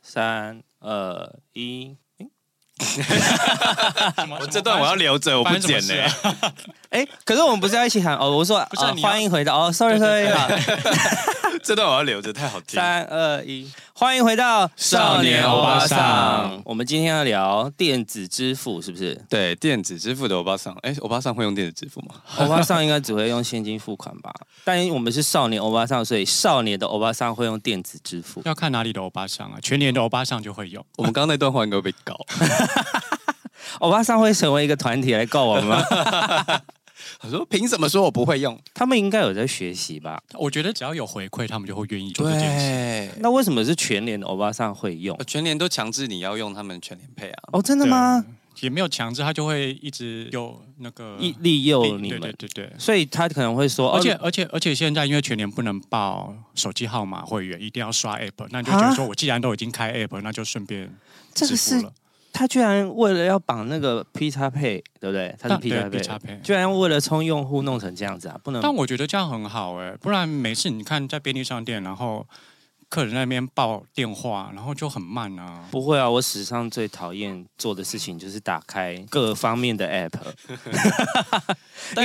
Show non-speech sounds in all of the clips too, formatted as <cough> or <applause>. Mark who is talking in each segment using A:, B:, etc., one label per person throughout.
A: 三二一，
B: 我
A: <laughs>
C: 我这段我要留着，我不剪
A: 啊
C: 呢、
B: 欸
A: 哎，可是我们不是要一起喊哦？我说
B: 不是啊
A: 呃
B: 你要
A: 欢迎回到哦，sorry sorry，好
C: <laughs> 这段我要留着，太好听。
A: 三二一，欢迎回到
C: 少年欧巴桑
A: 我们今天要聊电子支付，是不是？
C: 对，电子支付的欧巴桑，哎，欧巴桑会用电子支付吗？ <laughs>
A: 欧巴桑应该只会用现金付款吧？ <laughs> 但我们是少年欧巴桑，所以少年的欧巴桑会用电子支
B: <laughs>
A: 付。
B: <laughs> 要看哪里的欧巴桑啊，全年的欧巴桑就会有。
C: 我们刚刚那段话应该会被搞。 <laughs>
A: 欧巴桑会成为一个团体来告我们吗？ <laughs>
C: 我说凭什么说我不会用？
A: 他们应该有在学习吧？
B: 我觉得只要有回馈，他们就会愿意做这件事。，
A: 那为什么是全年的欧巴桑会用？
C: 全年都强制你要用他们全年配啊。
A: 哦，真的吗？
B: 也没有强制，他就会一直有那个
A: 利利诱你
B: 对
A: 们
B: 对，对对。
A: 所以他可能会说，
B: 而且
A: 哦
B: 而且而且现在因为全年不能报手机号码会员，一定要刷 app，那你就觉
A: 啊
B: 得说我既然都已经开 app，那就顺便
A: 这
B: 支
A: 个
B: 付
A: 是
B: 了。
A: 他居然为了要绑那个 P 叉配，对不对？他是
B: 但
A: P
B: 对
A: 叉
B: P
A: 配，
B: 叉配。
A: 居然为了冲用户弄成这样子啊！不能
B: 但我觉得这样很好哎、不然每次你看在便利商店，然后客人那边报电话，然后就很慢啊。
A: 不会啊！我史上最讨厌做的事情就是打开各方面的 app。
C: 但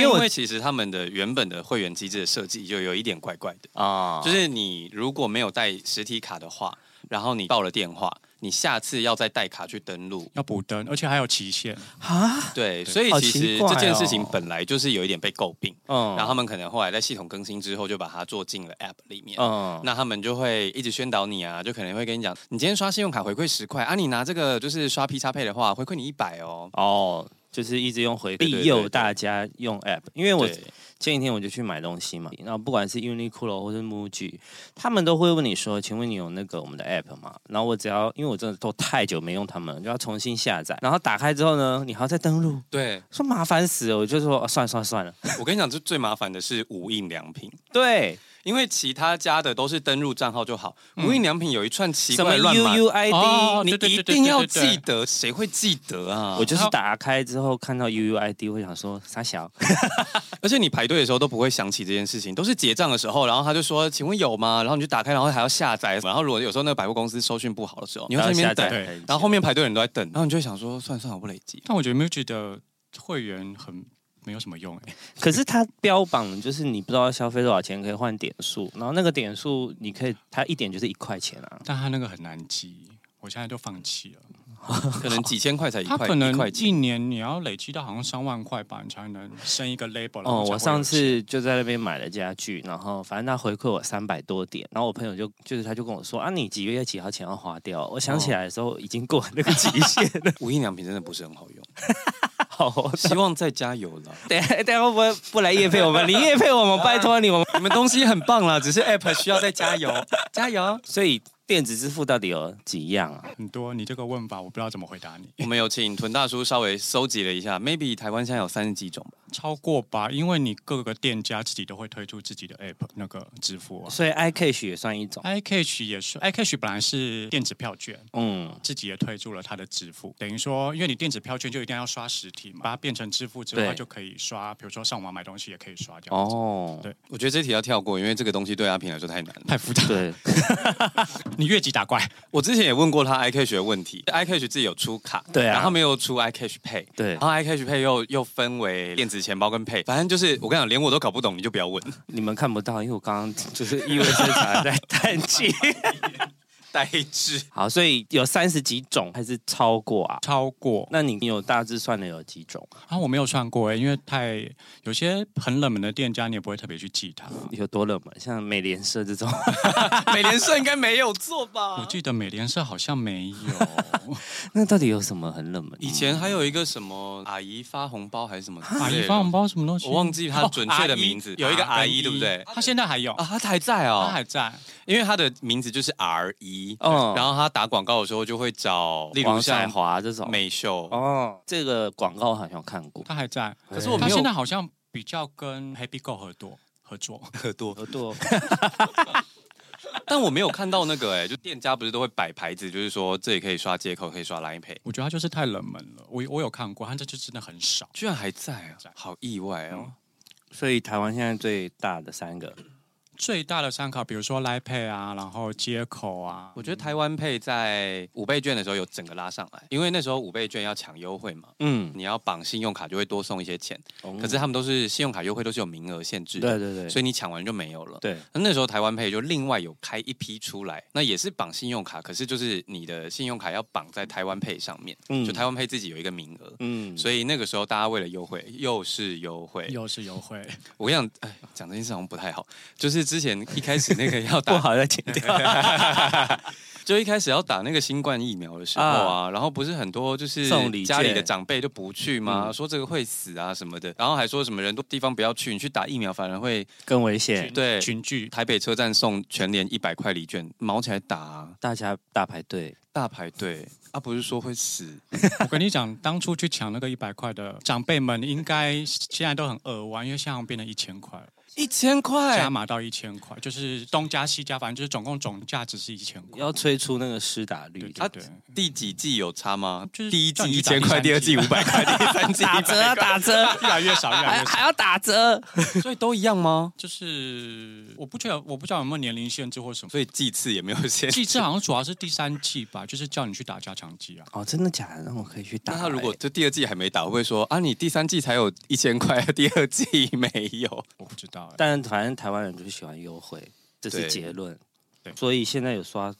A: 因为
C: 因
A: 我
C: 为其实他们的原本的会员机制的设计就有一点怪怪的，
A: 啊，
C: 就是你如果没有带实体卡的话，然后你报了电话，你下次要再带卡去登录。
B: 要补登，而且还有期限。
A: 啊，
C: 对，所以
A: 好
C: 其
A: 奇
C: 实
A: 怪哦
C: 这件事情本来就是有一点被诟病，
B: 哦
A: 嗯
C: 然后他们可能后来在系统更新之后就把它做进了 App 里
B: 哦
C: 面。
A: 嗯，
C: 那他们就会一直宣导你啊，就可能会跟你讲，你今天刷信用卡回馈十块啊，你拿这个就是刷 P 叉配的话，回馈你一百哦。
A: 哦，就是一直用回
C: 对对对
A: 利诱大家用 app，因为我
C: 对
A: 前几天我就去买东西嘛，然后不管是 Uniqlo 或是 MUJI，他们都会问你说：“请问你有那个我们的 app 吗？”然后我只要因为我真的都太久没用他们了，就要重新下载，然后打开之后呢，你还要再登录，
C: 对，
A: 说麻烦死了，我就说、哦、算了算了算了。
C: 我跟你讲，这最麻烦的是无印良品，
A: 对，
C: 因为其他家的都是登录账号就好，
B: 嗯
C: 无印良品有一串奇
A: 什
C: 怪
A: 么
C: 的乱码，
A: UUID，、
B: 哦
C: 你
B: 对对
C: 一
B: 对对
C: 定
B: 对
C: 要
B: 对对
C: 记得，谁会记得啊？
A: 我就是打开之后看到 UUID，会想说傻小，
C: 而且你排队的时候都不会想起这件事情，都是结账的时候，然后他就说：“请问有吗？”然后你就打开，然后还要下载。然后如果有时候那个百货公司收讯不好的时候，你会
A: 然
C: 在
A: 后
C: 那
A: 下
C: 边
A: 载
C: 等，
B: 对
A: 很久，
C: 然后后面排队的人都在等，然后你就会想说：“算了算了，我不累积。
B: 但我觉得 MUJI 的会员很没有什么用哎、
A: 可是它标榜就是你不知道要消费多少钱可以换点数，然后那个点数你可以，它一点就是一块钱啊。
B: <laughs> 但他那个很难积，我现在就放弃了。”
C: 可能几千块才一
B: 他
C: 块，
B: 可
C: 一
B: 能
C: 块
B: 一 <laughs>
C: 钱。
B: 年你要累积到好像三万块吧，你才能升一个 label 然后
A: 哦，
B: 才会有钱。
A: 我上次就在那边买了家具，然后反正他回馈我三百多点，然后我朋友就就是他就跟我说啊，你几月几号前要花掉？我想起来的时候已经过了那个期 <laughs> 限了，
C: 无印良品真的不是很好用，
A: 好，
C: 希望再加
B: <laughs>
C: 油了。
A: 等一下等一下啊会不会不来夜配 <laughs> 我们？你夜配我们，拜托你我们。
C: 你们东西很棒啦，只是 App 需要再加油，
B: <laughs>
C: 加油！
A: <laughs> 所以电子支付到底有几样啊？
B: 很多，你这个问法我不知道怎么回答你，
C: 我们有请屯大叔稍微搜集了一下，maybe 台湾现在有三十几种吧。
B: 超过吧，因为你各个店家自己都会推出自己的 app 那个支付啊。
A: 所以 iCash 也算一种，
B: iCash 也是，iCash 本来是电子票券，
A: 嗯，
B: 自己也推出了它的支付，等于说，因为你电子票券就一定要刷实体嘛，把它变成支付之后，
A: 对
B: 它就可以刷，比如说上网买东西也可以刷这样子。
A: 哦，
B: 对
C: 我觉得这题要跳过，因为这个东西对阿平来说太难了。
B: 太复杂，
A: <laughs> 对，
B: 你越级打怪，
C: 我之前也问过他 iCash 的问题，iCash 自己有出卡，
A: 对啊
C: 然后他们又出 iCash Pay，
A: 对
C: 然后 iCash Pay 又又分为电子钱包跟 Pay，反正就是我跟你讲，连我都搞不懂，你就不要问， <laughs>
A: 你们看不到，因为我刚刚就是意味深长 <laughs> 地在叹气。
C: 呆
B: <laughs>
C: 滞。
A: 好，所以有三十几种还是超过啊？
B: 超过
A: 那你有大致算的有几种？
B: 啊，我没有算过哎、因为太有些很冷门的店家，你也不会特别去记它。
A: 有多冷门？像美联社这种， <laughs>
C: 美联社应该没有做
B: 我
C: 吧？
B: 记得美联社好像没有，
C: <laughs>
A: 那到底有什么很冷门？
C: 以前还有一个什么阿姨发红包还是什么之类的
B: 阿姨发红包什么东西，哦
C: 我忘记它准确的名字，有一个阿姨，对
B: 跟
C: 不对？
B: 她现在还有，
C: 啊，他还在
B: 她
C: 哦，
B: 还在。
C: 因为他的名字就是 R 一，
A: 哦
C: 然后他打广告的时候就会找，例如
A: 王彩
C: 像
A: 华这种，
C: 美秀， <laughs>
A: 哦，这个广告好像看过，
B: 他还
C: 哎
B: 在，
A: 可是我
B: 他
C: 没有
B: 现在好像比较跟 Happy Go 合作合作， <laughs>
C: 可多。
A: 合 <laughs> 作
C: 但我没有看到那个哎、就店家不是都会摆牌子，就是说这里可以刷接口，可以刷 Line Pay，
B: 我觉得他就是太冷门了。我我有看过，他这就真的很少。
A: 嗯
C: 居然还在啊，好意外哦！
A: 所以台湾现在最大的三个，
B: 最大的参考，比如说 Line Pay 啊，然后接口啊，
C: 我觉得台湾配在五倍券的时候有整个拉上来，因为那时候五倍券要抢优惠嘛，
A: 嗯，
C: 你要绑信用卡就会多送一些钱，
A: 可
C: 可是他们都是信用卡优惠都是有名额限制
A: 嗯对
C: 的，
A: 对对，
C: 所
A: 以
C: 以你抢完就没有了。
A: 对
C: 那那时候台湾配就另外有开一批出来，那也是绑信用卡，可是就是你的信用卡要绑在台湾配上面，
A: 嗯
C: 就台湾配自己有一个名额。
A: 嗯
C: 所
A: 以
C: 以那个时候，大家为了优惠，又是优惠。
B: 又是优惠，
C: 我跟你讲，哎，讲这件事好像不太好。就是之前一开始那个要
A: 不
C: 打，
A: 好再剪掉。
C: <laughs> 就一开始要打那个新冠疫苗的时候啊，然后不是很多就是
A: 送礼券
C: 家里的长辈就不去吗？
A: 嗯
C: 说这个会死啊什么的，然后还说什么人多地方不要去，你去打疫苗反而会
A: 更危险，
C: 对。
B: 群聚
C: 台北车站送全联一百块礼券，毛起来打啊、
A: 大家大排队，
C: 大排队啊，不是说会死，
B: 我跟你讲，当初去抢那个一百块的长辈们，应该现在都很扼腕，因为现在好像变成一千块，
C: 一千块
B: 加，码到一千块，就是东加西加，反正就是总共总价值是一千块。
A: 要催出那个施打率
B: 对，对对，
C: 第几季有差吗？
B: 就是
C: 啊第一季
B: 叫你
C: 一
B: 去打
C: 千块，第
B: 第
C: 二
B: 三季
C: 季五哎百块，第三
A: <laughs>
C: 季
A: 打折啊打
C: <laughs>
A: 折，
B: 越来越少，越来
A: 还
B: 越
A: 还
B: 少。
A: 要打折，
C: 所以都一样吗？
B: 就是我不知道，我不知道有没有年龄限制或什么。 <laughs>
C: 所以祭次也没有限。
B: 这次好像主要是第三季吧，就是叫你去打加强剂啊。
A: 哦，真的假的？那我可以去打
C: 那
A: 欸。
C: 他如果就第二季还没打，会不会说啊，你第三季才有一千块， <laughs> 第二季没有？
B: 我不知道、欸，
A: 但反正台湾人就喜欢优惠，这是
C: 对
A: 结论
B: 对。
A: 所以现在有刷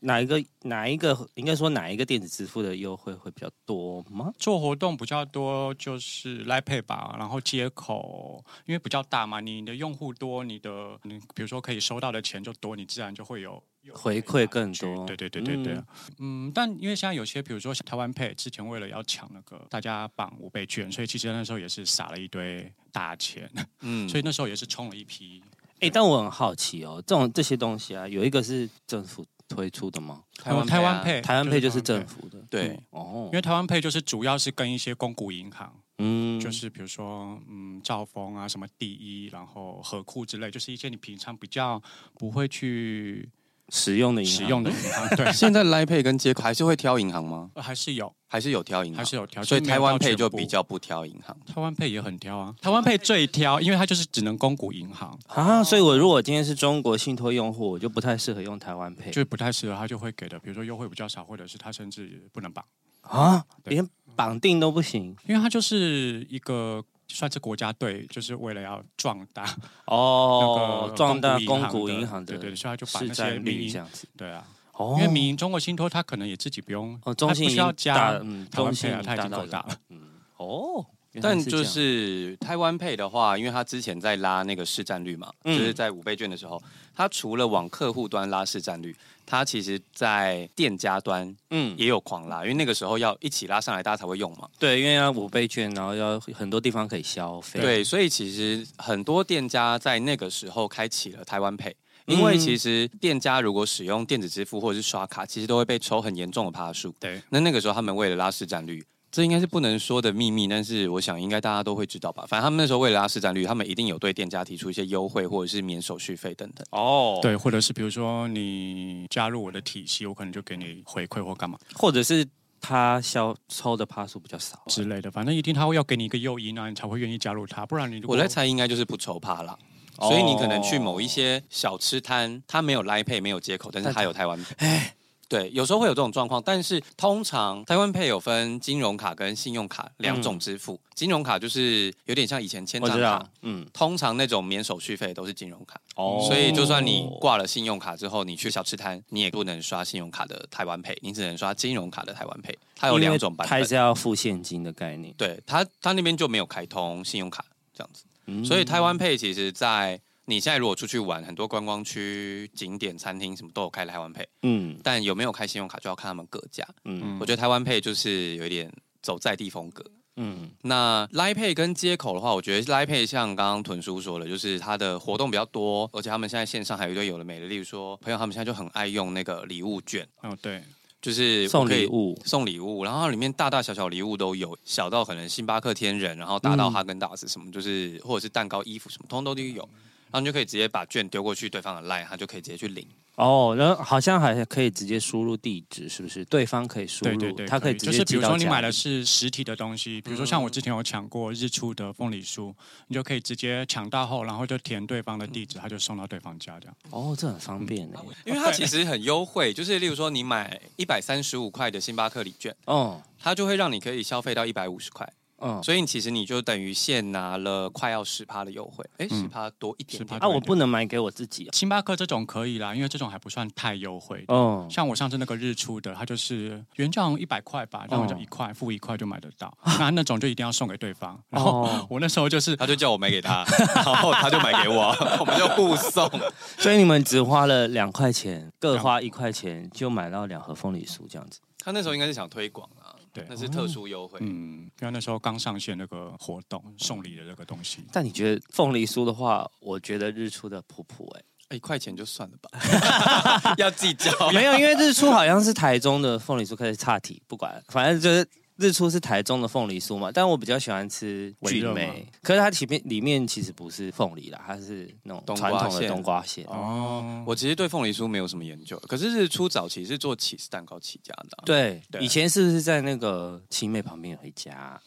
A: 哪一个哪一个应该说哪一个电子支付的优惠会比较多吗？
B: 做活动比较多就是来配吧，然后接口，因为比较大嘛，你的用户多，你的你比如说可以收到的钱就多，你自然就会有
A: 回馈更多
B: 对对对对对，嗯但因为现在有些，比如说像台湾配之前为了要抢那个大家绑五倍券，所以其实那时候也是撒了一堆大钱，
C: 嗯，
B: 所以那时候也是冲了一批。
A: 哎、但我很好奇哦，这种这些东西啊，有一个是政府推出的吗？
C: 台湾
B: 台
C: 配啊
B: 湾配，嗯
A: 台湾配就是
B: 台
A: 政
B: 湾配，
A: 府的，
C: 对，
A: 哦
B: 因，为台湾配就是主要是跟一些公股银行，
A: 嗯
B: 就是比如说，嗯，兆丰啊，什么第一，然后和库之类，就是一些你平常比较不会去
A: 使用的银行
B: 使用的银行，
A: <laughs>
B: 对，
C: 现在来配跟接口还是会挑银行吗？
B: 呃还是有，
C: 还是有挑银
B: 还
C: 行？
B: 是有挑，
C: 所以
B: 是没有
C: 台
B: 到
C: 湾配
B: 全
C: 就
B: 部
C: 比，较不挑银行。
B: 台湾配也很挑啊，台湾配最挑，因为它就是只能公股银行，
A: 啊，所以我如果今天是中国信托用户，我就不太适合用台湾配
B: 就不太适合，它就会给的，比如说优惠比较少，或者是它甚至不能绑，
A: 啊，
B: 对
A: 连绑定都不行
B: 因为它就是一个。算是国家队，就是为了要壮大那
A: 哦
B: 个
A: 壮大
B: 公
A: 公股银
B: 银
A: 行
B: 行
A: 的
B: 对对，对所以他就把
A: 市
B: 那些
A: 占
B: 民
A: 率这
B: 营，
A: 样子
B: 对啊，
A: 哦
B: 因为民营中国信托它可能也自己不用，
A: 哦中
B: 它
A: 信
B: 不
A: 已
B: 需
A: 经
B: 要
A: 大
B: 加
A: 嗯
B: 台
A: 中
B: 湾
A: 信
B: 配啊，
A: 已经
B: 它已经
A: 到
B: 够
A: 一个
B: 大
A: <laughs>
B: 了。
A: 嗯哦，原来
C: 但就
A: 这样
C: 是台湾配的话，因为他之前在拉那个市占率嘛，
A: 嗯
C: 就是在五倍券的时候，他除了往客户端拉市占率，他其实在店家端
A: 嗯
C: 也有狂拉，因为那个时候要一起拉上来，大家才会用嘛。
A: 对，因为要五倍券，然后要很多地方可以消费，
C: 对，所以其实很多店家在那个时候开启了台湾配。因为
A: 嗯
C: 其实店家如果使用电子支付或者是刷卡，其实都会被抽很严重的趴数。
B: 对，
C: 那那个时候他们为了拉市占率，这应该是不能说的秘密，但是我想应该大家都会知道吧。反正他们那时候为了拉市占率，他们一定有对店家提出一些优惠或者是免手续费等等。
A: 哦，
B: 对，或者是比如说你加入我的体系，我可能就给你回馈或干嘛
A: 或者是他消抽的趴数比较少啊，
B: 之类的，反正一定他会要给你一个诱因啊，你才会愿意加入他，不然你如果
C: 我在猜应该就是不愁趴啦。
A: 哦
C: 所以你可能去某一些小吃摊，它没有 Line Pay 没有接口，但是它有台湾 Pay。对，有时候会有这种状况，但是通常台湾 Pay 有分金融卡跟信用卡两种支付。金融卡就是有点像以前千
A: 嗯我
C: 账
A: 知
C: 卡
A: 道，，嗯，
C: 通常那种免手续费都是金融卡。
A: 哦
C: 所以就算你挂了信用卡之后，你去小吃摊，你也不能刷信用卡的台湾配，你只能刷金融卡的台湾配。它有两种版
A: 还
C: 本，
A: 是要付现金的概念，
C: 对它它那边就没有开通信用卡这样子，
A: 嗯
C: 所以台湾配其实在。你现在如果出去玩，很多观光区、景点、餐厅什么都有开台湾配，
A: 嗯
C: 但有没有开信用卡就要看他们各家。
A: 嗯
C: 我觉得台湾配就是有一点走在地风格。
A: 嗯
C: 那 Line Pay 跟接口的话，我觉得 Line Pay 像刚刚屯叔说的，就是它的活动比较多，而且他们现在线上还有一堆有的没的，例如说朋友他们现在就很爱用那个礼物券，
B: 哦对，
C: 就是我
A: 送
C: 可以
A: 礼物，
C: 送礼物，然后它里面大大小小礼物都有，小
A: 嗯
C: 到可能星巴克天人，然后大到哈根达斯什么，就是或者是蛋糕、衣服什么，通通都有。后你就可以直接把券丢过去对方的 line，他就可以直接去领。
A: 哦，然后好像还可以直接输入地址，是不是？对方可以输入，
B: 对对对，
A: 他可以直
B: 就
A: 接
B: 是比
A: 寄
B: 如
A: 到
B: 说你
A: 家
B: 买的
A: 里嗯
B: 是实体的东西，比如说像我之前有抢过日出的凤梨酥，你就可以直接抢到后，然后就填对方的地址，他就送到对方家这样。
A: 哦，这很方便哎。
C: 因为它其实很优惠，就是例如说你买一百三十五块的星巴克礼券，
A: 哦，
C: 它就会让你可以消费到一百五十块，
A: 嗯，
C: 所以你其实你就等于现拿了快要十趴的优惠，哎，
B: 嗯
C: 十趴多一点点
B: 10%。
A: 啊，我不能买给我自己啊。
B: 星巴克这种可以啦，因为这种还不算太优惠。
A: 哦，
B: 像我上次那个日出的，它就是原价好像一百块吧，但我就一块付一块就买得到，那那种就一定要送给对方。然后
A: 哦，
B: 我那时候就是
C: 他就叫我买给他，然后他就买给
A: <laughs>
C: 我，我们就互送。
A: <laughs> 所以你们只花了两块钱，各花一块钱就买到两盒凤梨酥这样子。
C: 他那时候应该是想推广啊，
B: 对
C: 那是特殊优惠。
B: 嗯，因为那时候刚上线那个活动送礼的这个东西，
A: 但你觉得凤梨酥的话，我觉得日出的普普哎、
C: 一块钱就算了吧，要计较。
A: <laughs> 没有，因为日出好像是台中的凤梨酥，可以岔题，不管，反正就是。日出是台中的凤梨酥嘛，但我比较喜欢吃
B: 微
A: 菌
B: 热
A: 梅
B: 吗，
A: 可是它里面里面其实不是凤梨啦，它是那种
C: 冬瓜
A: 传统的
C: 馅
A: 冬瓜馅。
B: 哦，
C: 我其实对凤梨酥没有什么研究，可是日出早期是做起司蛋糕起家的、，啊
A: 对，
C: 对
A: 以前是不是在那个奇美旁边有一家？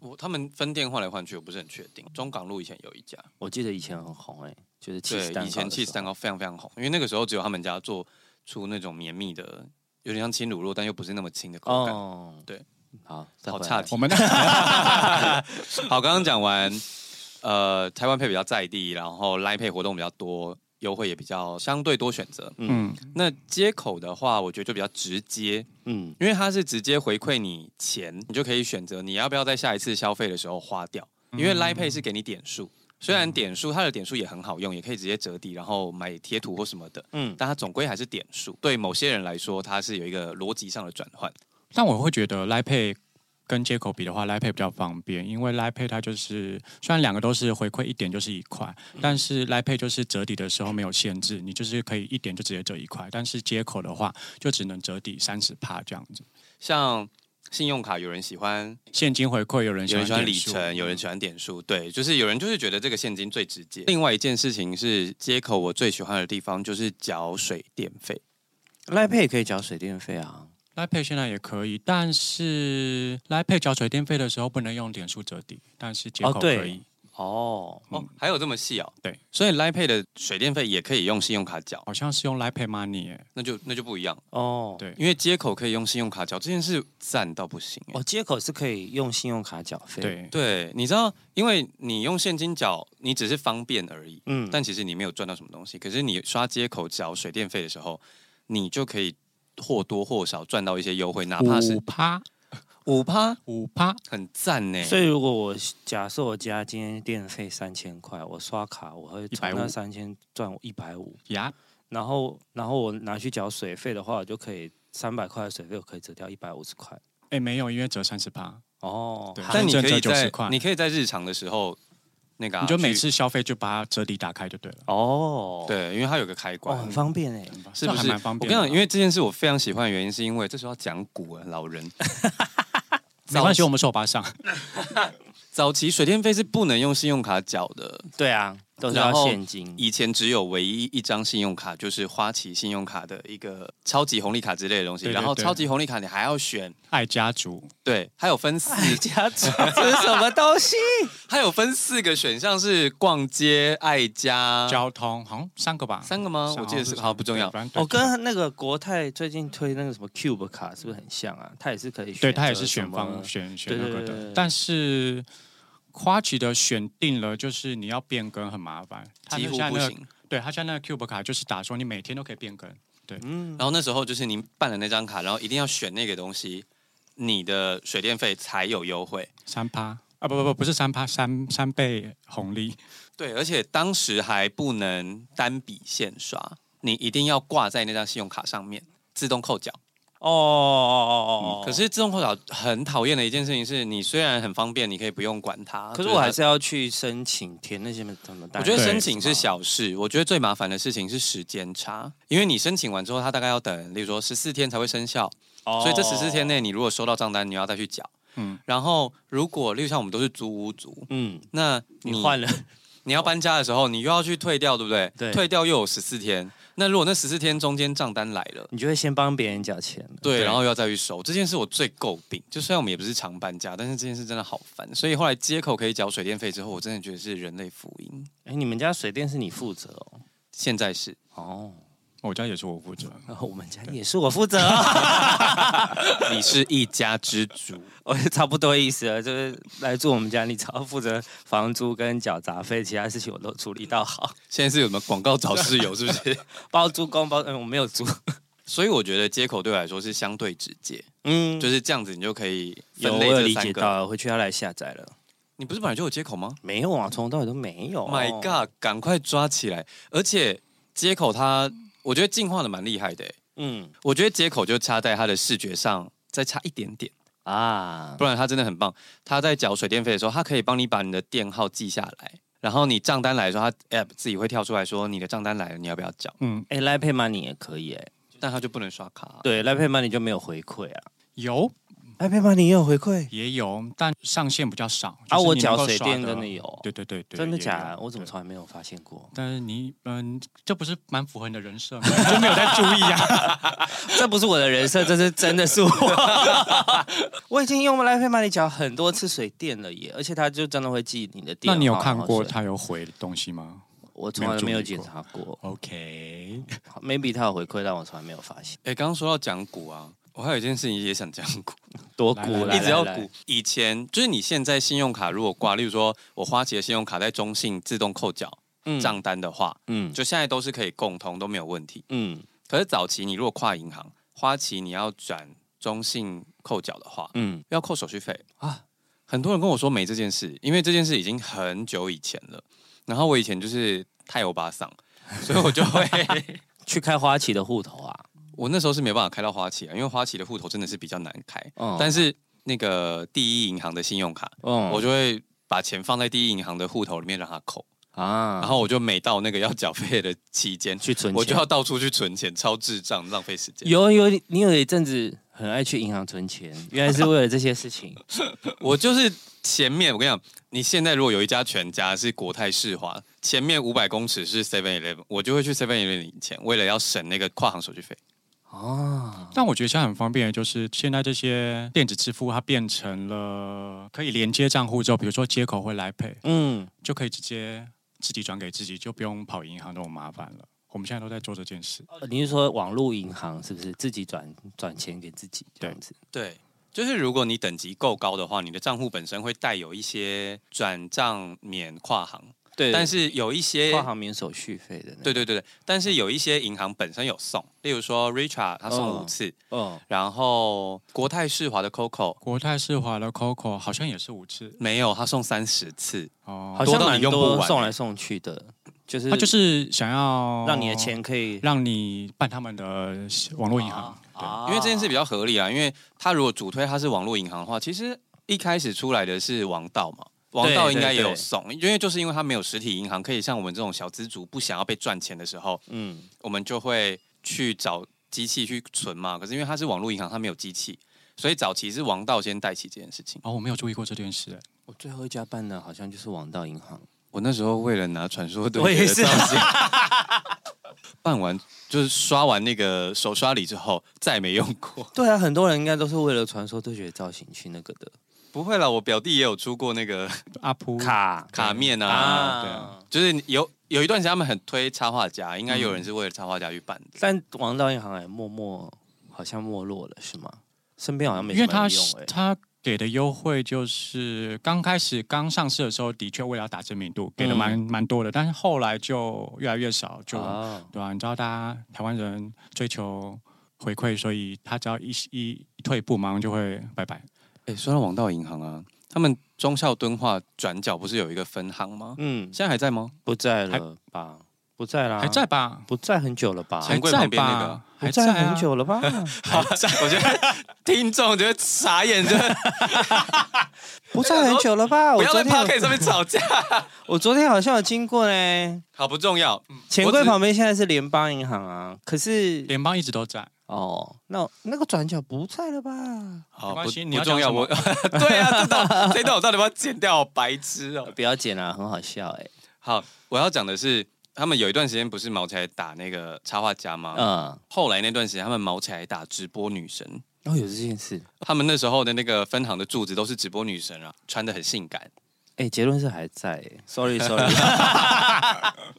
C: 我他们分店换来换去，我不是很确定。中港路以前有一家，
A: 我记得以前很红哎、就是起司蛋
C: 对，
A: 糕。
C: 以前起司蛋
A: 糕。
C: 糕非常非常红，因为那个时候只有他们家做出那种绵密的，有点像轻乳酪，但又不是那么轻的口感。
A: 哦，
C: 对，
A: 好，再
C: 好
A: 回来
C: 岔题
B: 我们的
C: 好，刚刚讲完，呃，台湾配比较在地，然后来配活动比较多，优惠也比较相对多选择。
A: 嗯
B: 嗯
C: 那接口的话，我觉得就比较直接，
A: 嗯
C: 因为它是直接回馈你钱，你就可以选择你要不要在下一次消费的时候花掉。因为 Line Pay 是给你点数，虽然点数它的点数也很好用，也可以直接折抵，然后买贴图或什么的，
A: 嗯，
C: 但它总归还是点数。对某些人来说，它是有一个逻辑上的转换。
B: 但我会觉得 Line Pay 跟接口比的话，Line Pay 比较方便，因为 Line Pay 它就是虽然两个都是回馈一点就是一块，但是 Line Pay 就是折抵的时候没有限制，你就是可以一点就直接折一块，但是接口的话就只能折抵三十帕这样子。
C: 像信用卡，有人喜欢，
B: 现金回馈有人喜
C: 有人喜欢嗯
B: 欢
C: 里
B: 点数
C: 程，有人喜欢点数，对，就是有人就是觉得这个现金最直接。另外一件事情是，接口我最喜欢的地方就是缴水电费。
A: 赖配也可以缴水电费啊。
B: Line Pay 现在也可以，但是 Line Pay 缴水电费的时候不能用点数折抵，但是接
A: 哦
B: 口
A: 对
B: 可以。
A: 哦，
C: 哦，还有这么细哦，
B: 对，
C: 所以 Line Pay 的水电费也可以用信用卡缴，
B: 好像是用 Line Pay Money，、欸、
C: 那就那就不一样，
A: 哦，
B: 对
C: 因为接口可以用信用卡缴，这件事赞到不行、欸。
A: 哦，接口是可以用信用卡缴费。，
B: 对，
C: 对，你知道，因为你用现金缴，你只是方便而已，
A: 嗯，
C: 但其实你没有赚到什么东西。可是你刷接口缴水电费的时候，你就可以或多或少赚到一些优惠，哪怕
B: 五
C: 是
B: 趴
C: 五趴，
B: 五趴，
C: 很赞呢。
A: 所以如果我假设我家今天电费三千块，我刷卡我会从那
B: 150
A: 三千赚我一百五，
B: 呀，
A: 然后然后我拿去缴水费的话，我就可以三百块的水费我可以折掉一百五十块。
B: 哎、没有，因为折三十趴，
A: 哦，
B: 对
A: 哈
C: 但你可以
B: 正折
C: 在
B: 90块
C: 你可以在日常的时候，那个啊、
B: 你就每
C: 去
B: 次消费就把它折抵打开就对了。
A: 哦，，
C: 对，因为它有个开
A: 哦，
C: 关，
A: 很方便哎。
C: 是不
B: 这还
C: 是？
B: 蛮方
C: 我跟
B: 便
C: 你
B: 的啊？
C: 讲，因为这件事我非常喜欢的原因，是因为这时候要讲古啊，老
B: <laughs>
C: 人。
B: 没关系，我们手把上。 <laughs>
C: 早期水电费是不能用信用卡缴的，
A: 对啊，都是
C: 然
A: 要
C: 后
A: 现金。 <laughs>
C: 以前只有唯一一张信用卡，就是花旗信用卡的一个超级红利卡之类的东西。
B: 对对
C: 然后
B: 对
C: 超级红利卡你还要选，
B: 爱家族，
C: 对，它有
B: <laughs>
C: 分四，
A: 家族这是什么东西？
C: 它有分四个选项是逛街、爱家。
B: 交通好像三个
C: 啊
B: 吧，
C: 三个吗？我记得是好不重要。哦
B: 我
A: <laughs> 我跟那个国泰最近推那个什么 Cube 卡是不是很像啊？它也是可以选择
B: 对他也是
A: 什
B: 选
A: 么
B: 方选选
A: 对
B: 那
A: 对
B: 个
A: 对对
B: 的
A: 对，
B: 但是花旗的选定了，就是你要变更很麻烦，它
C: 几乎
B: 现在
C: 不
B: 那个。
C: 行。
B: 对他现在那个 Cube 卡就是打说你每天都可以变更，
A: 嗯
C: 然，后那时候就是你办了那张卡，然后一定要选那个东西，你的水电费才有优惠。
B: 三趴啊不不
A: 嗯
B: 不不是三趴三三倍红利，
C: 对，而且当时还不能单笔现刷，你一定要挂在那张信用卡上面自动扣缴。
A: 哦哦哦哦哦，
C: 可是自动扣缴很讨厌的一件事情是，你虽然很方便，你可以不用管它，
A: 可是
C: 就
A: 我还
C: 它
A: 是要去申请填那些什么单。
C: 我觉得
B: 对
C: 申请是小事，我觉得最麻烦的事情是时间差，因为你申请完之后，它大概要等，例如说十四天才会生效，
A: 哦，
C: 所以这十四天内，你如果收到账单，你要再去缴。
B: 嗯，
C: 然后如果例如像我们都是租屋族，
A: 嗯，
C: 那
A: 你换了
C: 你要搬家的时候，你又要去退掉，对不对？
A: 对
C: 退掉又有十四天。那如果那十四天中间账单来了，
A: 你就会先帮别人缴钱了。
C: 对，
B: 对
C: 然后又要再去收，这件事我最诟病。就虽然我们也不是常搬家，但是这件事真的好烦。所以后来接口可以缴水电费之后，我真的觉得是人类福音。
A: 哎，你们家水电是你负责哦？
C: 现在是
A: 哦，
B: 我家也是我负责。
A: 然 <laughs> 后我们家也是我负责哦，
C: 你是一家之主，
A: 我也 <laughs> 差不多意思了，就是来住我们家，你只要负责房租跟缴杂费，其他事情我都处理到好，
C: <laughs>
A: <laughs>
C: 现在是有什么广告找室友是不是？ <laughs>
A: 包租公包，嗯，我没有租，
C: 所以我觉得接口对我来说是相对直接，
A: 嗯，
C: 就是这样子，你就可以
A: 有
C: 分
A: 我
C: 类
A: 有
C: 这
A: 理
C: 三
A: 解
C: 个。
A: 到了，回去要来下载了。
C: 你不是本来就有接口吗
A: 没有啊，从头到尾都没有。
C: ？My God，赶快抓起来！而且接口它，我觉得进化的蛮厉害的欸。
A: 嗯
C: 我觉得接口就差在它的视觉上再差一点点。
A: 啊，
C: 不然它真的很棒。它在缴水电费的时候，它可以帮你把你的电号记下来，然后你账单来的时候，它 app 自己会跳出来说你的账单来了，你要不要缴？
B: 嗯，
A: 哎、来 Pay Money 也可以哎、
C: 但它就不能刷卡。啊
A: 对，来 Pay Money 就没有回馈啊，
B: 有
A: 来 Pay Money 也有回馈
B: 也有，但上限比较少。
A: 啊，
B: 就是
A: 我
B: 你能
A: 缴
B: 够
A: 水
B: 刷
A: 电真的，有，
B: 对对对对，
A: 真的
B: 也有
A: 假的？我怎么
B: 对？
A: 从来没有发现过
B: 但是你嗯，这不是蛮符合你的人设吗？ <laughs> 你就没有在注
A: <laughs>
B: 意啊。
A: 这不是我的人 <laughs> 设，这是真的是我。我已经用来 Pay Money 缴很多次水电了耶，而且它就真的会记你的电
B: 那
A: 话。
B: 你有看
A: 然
B: 过
A: 后水？
B: 他有回的东西吗
A: 我从来没
B: 没
A: 有
B: 有
A: 检
B: 注意过
A: 查过
B: ？OK，
A: 好，maybe 它有回馈，但我从来没有发现。
C: 哎、刚刚说到讲股啊，我还有一件事情也想讲股，
A: 多
B: 来
A: 鼓
B: 来嗯
C: 一直要股。以前就是你现在信用卡如果挂，例如说我花旗的信用卡在中信自动扣缴
B: 嗯
C: 账单的话，
A: 嗯
C: 就现在都是可以共同都没有问题。
A: 嗯
C: 可是早期你如果跨银行，花旗你要转中信扣缴的话，
A: 嗯
C: 要扣手续费啊。很多人跟我说没这件事，因为这件事已经很久以前了。然后我以前就是太欧巴桑， <laughs> 所以我就
B: <laughs>
C: 会，
A: 去开花旗的户头啊。
C: 我那时候是没办法开到花旗啊，因为花旗的户头真的是比较难开。
A: 嗯
B: 哦
C: 但是那个第一银行的信用卡，
A: 嗯
C: 我就会把钱放在第一银行的户头里面让它扣，
A: 啊，
C: 然后我就每到那个要缴费的期间，
A: 去存钱，
C: 我就要到处去存钱，超智障，浪费时间。
A: 有有，你有一阵子很爱去银行存钱，原来是为了这些事
B: <laughs>
A: 情。
C: 我就是前面我跟你讲，你现在如果有一家全家是国泰世华，前面五百公尺是 Seven Eleven，我就会去 Seven Eleven 领钱，为了要省那个跨行手续费。
A: 哦，
B: 但我觉得现在很方便，的就是现在这些电子支付它变成了可以连接账户之后，比如说接口会来配，
A: 嗯，
B: 就可以直接自己转给自己，就不用跑银行那种麻烦了。我们现在都在做这件事，
A: 哦你是说网络银行是不是自己转转钱给自己这样子？
C: 对，就是如果你等级够高的话，你的账户本身会带有一些转账免跨行，
A: 对
C: 但是有一些
A: 跨行免手续费的、那
C: 对
A: 对，
C: 对对对，但是有一些银行本身有送，例如说 Richard 他送五次，
A: 哦，
C: 然后国泰世华的 Coco
B: 国泰世华的 COCO 好像也是五次
C: 没有，他送三十次。
B: 哦，
A: 好像
C: 多到
A: 蛮
C: 你用不
A: 多
C: 完
A: 送来送去的，欸就是哦
B: 他就是想要
A: 让你的钱可以
B: 让你办他们的网络银行，
A: 啊
C: 因为这件事比较合理啊，因为他如果主推他是网络银行的话，其实一开始出来的是王道嘛，王道应该也有送，因为就是因为他没有实体银行，可以像我们这种小资族不想要被赚钱的时候，
A: 嗯
C: 我们就会去找机器去存嘛。可是因为他是网络银行，他没有机器，所以早期是王道先带起这件事情。
B: 哦，我没有注意过这件事、哎
A: 我最后一家办的好像就是王道银行，
C: 我那时候为了拿传说对
A: 我也是
C: 决的照片办完就是刷完那个手刷礼之后，再没用过。
A: 对啊，很多人应该都是为了传说对决造型去那个的
C: 不会啦，我表弟也有出过那个
B: 阿扑
A: 卡
C: 卡面啊，
A: 啊，
B: 对啊
C: 就是有有一段时间他们很推插画家，应该有人
A: 嗯
C: 是为了插画家去办的。
A: 但王道银行也默默好像没落了，是吗？身边好像没
B: 因
A: 什么
B: 为
A: 人
B: 他
A: 用哎、
B: 他给的优惠就是刚开始刚上市的时候，的确为了要打知名度，给
C: 嗯
B: 的蛮蛮多的，但是后来就越来越少，就、
A: 哦
B: 对啊，你知道大家台湾人追求回馈，所以他只要一一一退步，马上就会拜拜。
C: 哎、说到王道银行啊，他们忠孝敦化转角不是有一个分行吗？ <laughs>
A: 嗯，
C: 现在还在吗？
A: 不在了吧？不在啦，
B: 还在吧？
A: 不在很久了吧？
C: 还啊
B: 还
C: 钱柜
B: 在
C: 旁边那个
B: 吧？
A: 不
B: 还
A: 在
B: 在啊
A: 很。久了吧？
C: 好，我觉得听众觉得傻眼，真的
A: 不在很久了吧？
C: 不
A: <laughs> 我
C: 要
A: 昨
C: 在 p
A: 天
C: o
A: 有
C: c 上面吵架。 <laughs>
A: 我昨天好像有经过嘞。
C: 好，不重要。
A: 钱柜旁边现在是联邦银行啊，可是
B: 联邦一直都在，
A: 哦，那那个转角不在了吧？
C: 好，不
B: 没关系你要
C: 不重要。
B: 讲
C: 我 <laughs> 对啊，这段这段我到底要不要剪掉？好白痴哦、
A: 不要剪了，很好笑哎。
C: 好，我要讲的是，他们有一段时间不是毛起来打那个插画家吗？
A: 嗯，
C: 后来那段时间，他们毛起来打直播女神，
A: 哦，有这件事。
C: 他们那时候的那个分行的柱子都是直播女神啊，穿的很性感。
A: 哎、结论是还在、哎 Sorry Sorry，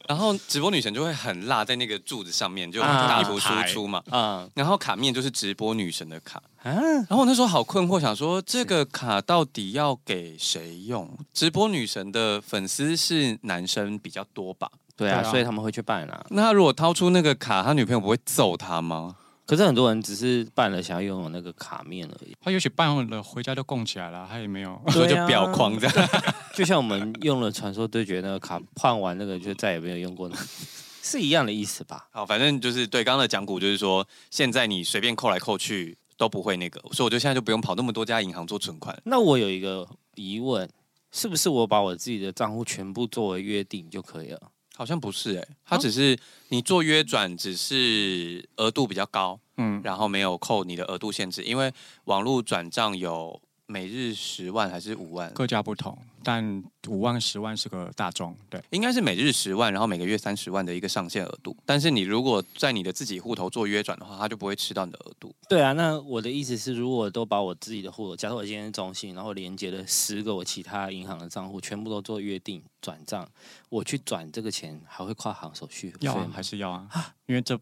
C: 然后直播女神就会很辣在那个柱子上面，就
A: 啊
C: 大幅输出嘛。
A: <laughs> 嗯
C: 然后卡面就是直播女神的卡，
A: 啊，
C: 然后我那时候好困惑，想说这个卡到底要给谁用？直播女神的粉丝是男生比较多吧？
A: 对啊，
B: 对啊
A: 所以他们会去办啊。
C: 那他如果掏出那个卡，他女朋友不会揍他吗？
A: 可是很多人只是办了想要拥有那个卡面而已，
B: 他也许办了回家就供起来了，他也没有。 <laughs>
C: 所以就
A: 对啊
C: 表框这样。
A: 就像我们用了传说对决那个卡，换完那个就再也没有用过那个， <laughs> 是一样的意思吧？
C: 好，反正就是对刚刚的讲股，就是说现在你随便扣来扣去都不会那个，所以我就现在就不用跑那么多家银行做存款。
A: 那我有一个疑问，是不是我把我自己的账户全部作为约定就可以了？
C: 好像不是哎、他只是你做约转，只是额度比较高，
B: 嗯，
C: 然后没有扣你的额度限制，因为网络转账有每日十万还是五万，
B: 各家不同，但五万、十万是个大众。对，
C: 应该是每日十万，然后每个月三十万的一个上限额度。但是你如果在你的自己户头做约转的话，它就不会吃到你的额度。
A: 对啊，那我的意思是，如果都把我自己的户头，假设我今天是中信，然后连接了十个我其他银行的账户，全部都做约定转账，我去转这个钱还会跨行手续费
B: 要啊
A: 吗？
B: 还是要啊，因为这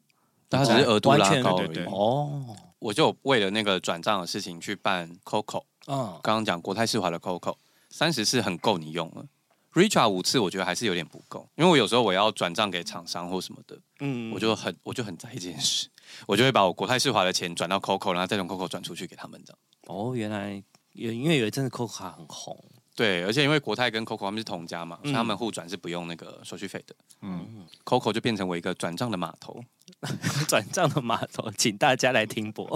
C: 但它只是额度
A: 完
C: 拉
A: 全
C: 高而
B: 对
C: 已。
B: 对对
A: 哦，
C: 我就为了那个转账的事情去办 COCO，
A: 嗯，
C: 刚刚讲国泰世华的 COCO，三十次很够你用了。Richard 五次我觉得还是有点不够，因为我有时候我要转账给厂商或什么的，
A: 嗯
C: 我就很我就很在意这件事，我就会把我国泰世华的钱转到 COCO，然后再从 COCO 转出去给他们这样。
A: 哦，原来有，因为有一阵子 Coco 卡很红， <laughs>
C: 对，而且因为国泰跟 COCO 他们是同家嘛，所以他
A: 嗯
C: 们互转是不用那个手续费的。
B: 嗯，
C: Coco 就变成我一个转账的码头。
A: 转账的码头，请大家来听播。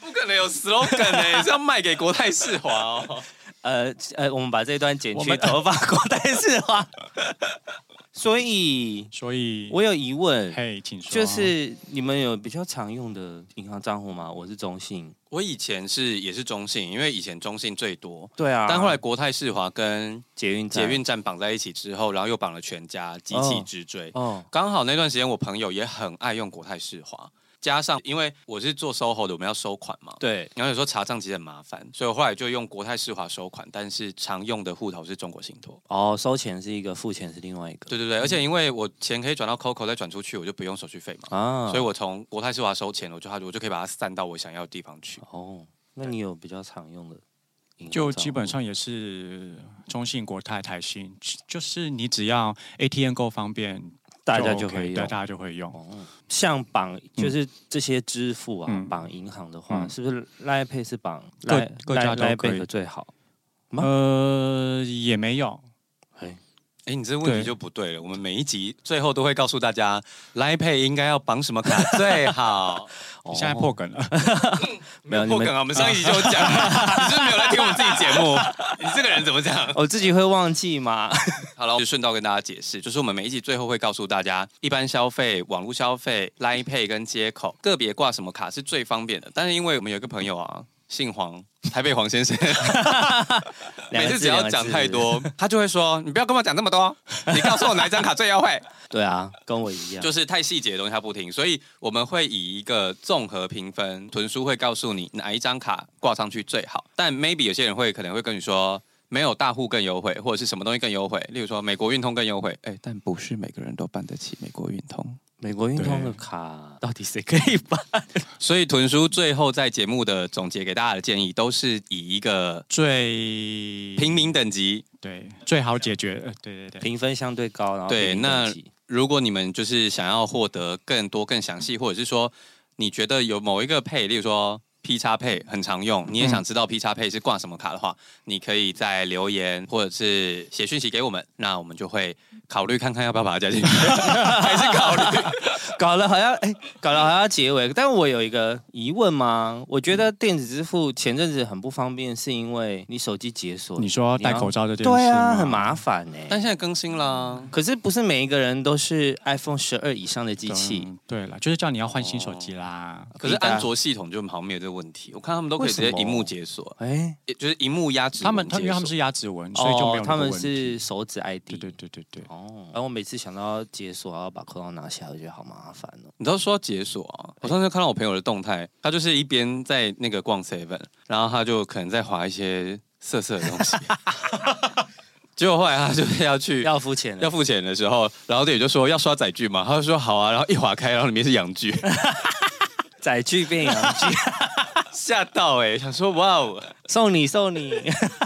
C: 不可能有 slogan 呢、 <laughs> 是要卖给国泰世华哦。
A: 呃呃，我们把这一段剪
B: 我
A: 去，
B: 们
A: 头发
B: <laughs>
A: 国泰世华。所以，
B: 所以
A: 我有疑问，
B: 嘿，请说，
A: 就是你们有比较常用的银行账户吗？我是中信，
C: 我以前是也是中信，因为以前中信最多，
A: 对啊
C: 但后来国泰世华跟
A: 捷运
C: 捷
A: 站
C: 运站绑在一起之后，然后又绑了全家，急起直追。
A: 哦，
C: 刚好那段时间，我朋友也很爱用国泰世华，加上因为我是做 SOHO 的，我们要收款嘛，
A: 对，
C: 然后有时候查账其实很麻烦，所以我后来就用国泰世华收款，但是常用的户头是中国信托。
A: 哦，收钱是一个，付钱是另外一个，
C: 对对对，而且因为我钱可以转到 COCO 再转出去，我就不用手续费嘛。
A: 啊，
C: 所以我从国泰世华收钱，我就他我就可以把它散到我想要的地方去。
A: 哦，那你有比较常用的银行账户？
B: 就基本上也是中信、国泰、台新，就是你只要 ATM 够方便，
A: 大家就
B: OK，
A: 会
B: 对，
A: 用
B: 大。家就会用。
A: 哦，像绑就是这些支付啊，
B: 嗯
A: 绑银行的话，
B: 嗯
A: 是不是 Line Pay 是绑
B: 各
A: Line
B: 各家
A: Line
B: 都
A: Line
B: 可以
A: Bank 最好？吗
B: 呃，也没有，
A: 哎，
C: 哎，你这个问题
B: 对
C: 就不对了。我们每一集最后都会告诉大家，Line Pay 应该要绑什么 <laughs> 卡最好。
A: 哦
B: 现在破梗了。
A: 没有你
C: 破梗
A: 们，
C: 啊！我们上一集就有讲， <laughs> 你是不是没有来听我们自己节 <laughs> 目？你这个人怎么讲？ <laughs>
A: 我哦自己会忘记吗？
C: 好了，我就顺道跟大家解释，就是我们每一集最后会告诉大家，一般消费、网络消费、Line Pay 跟接口个别挂什么卡是最方便的。但是因为我们有一个朋友啊，姓黄，台北黄先生，
A: 两
C: <laughs> 每
A: 个
C: 次
A: 字
C: 只要讲太，多，他就会说：“你不要跟我讲那么多，你告诉我哪一张卡最优惠。
A: 两个字对啊，跟我一”样，
C: 就是太细节的东西他不听，所以我们会以一个综合评分，屯叔会告诉你哪一张卡挂上去最好。但 maybe 有些人会可能会跟你说。没有大户更优惠，或者是什么东西更优惠，例如说美国运通更优惠，哎，但不是每个人都办得起美国运通。
A: 美国运通的
B: 对
A: 卡到底谁可以办？
C: 所以屯叔最后在节目的总结给大家的建议，都是以一个
B: 最
C: 平民等级
B: 对最好解决，呃对对对，
A: 评分相对高，然后
C: 对
A: 平民
C: 那
A: 等级
C: 如果你们就是想要获得更多、更详细，或者是说你觉得有某一个配，例如说 P 叉配很常用，你也
B: 嗯
C: 想知道 P 叉配是挂什么卡的话，你可以在留言或者是写讯息给我们，那我们就会考虑看看要不要把它加
B: <laughs>
C: 进去，还是考虑。
A: 搞了好像哎、搞了好像要结尾，但我有一个疑问吗？我觉得电子支付前阵子很不方便，是因为你手机解锁，
B: 你说戴口
A: 罩，
B: 罩这件事吗，
A: 对啊，很麻烦哎、
C: 但现在更新啦，
A: 可是不是每一个人都是 iPhone 十二以上的机
B: 嗯对
A: 器，
C: 嗯
A: 哦
B: 对了，就是叫你要换新手机啦。啊
C: 可是安卓系统就好像没有这个问题，我看他们都可以直接
A: 为什么
C: 荧幕解锁，
A: 哎，
C: 也就是荧幕压制。
B: 他们他因为他们是压指纹，所以就没
A: 哦
B: 有那
A: 他
B: 个
A: 们
B: 问题
A: 是手指 ID，
B: 对对对对对，
A: 哦，然后我每次想到解锁，然后把口罩拿下来，我觉得好麻烦哦。
C: 你知道说到解锁啊，我上次看到我朋友的动态，他就是一边在那个逛 seven，然后他就可能在划一些色色的东 <laughs> 西，结果后来他就是要去要
A: 要付钱
C: 要
A: 了，
C: 付钱的时候，然后店员就说要刷载具嘛，他就说好啊，然后一划开，然后里面是洋具，
A: 载具变洋具，
C: <laughs> 吓到哎、想说哇哦，
A: 送你送你，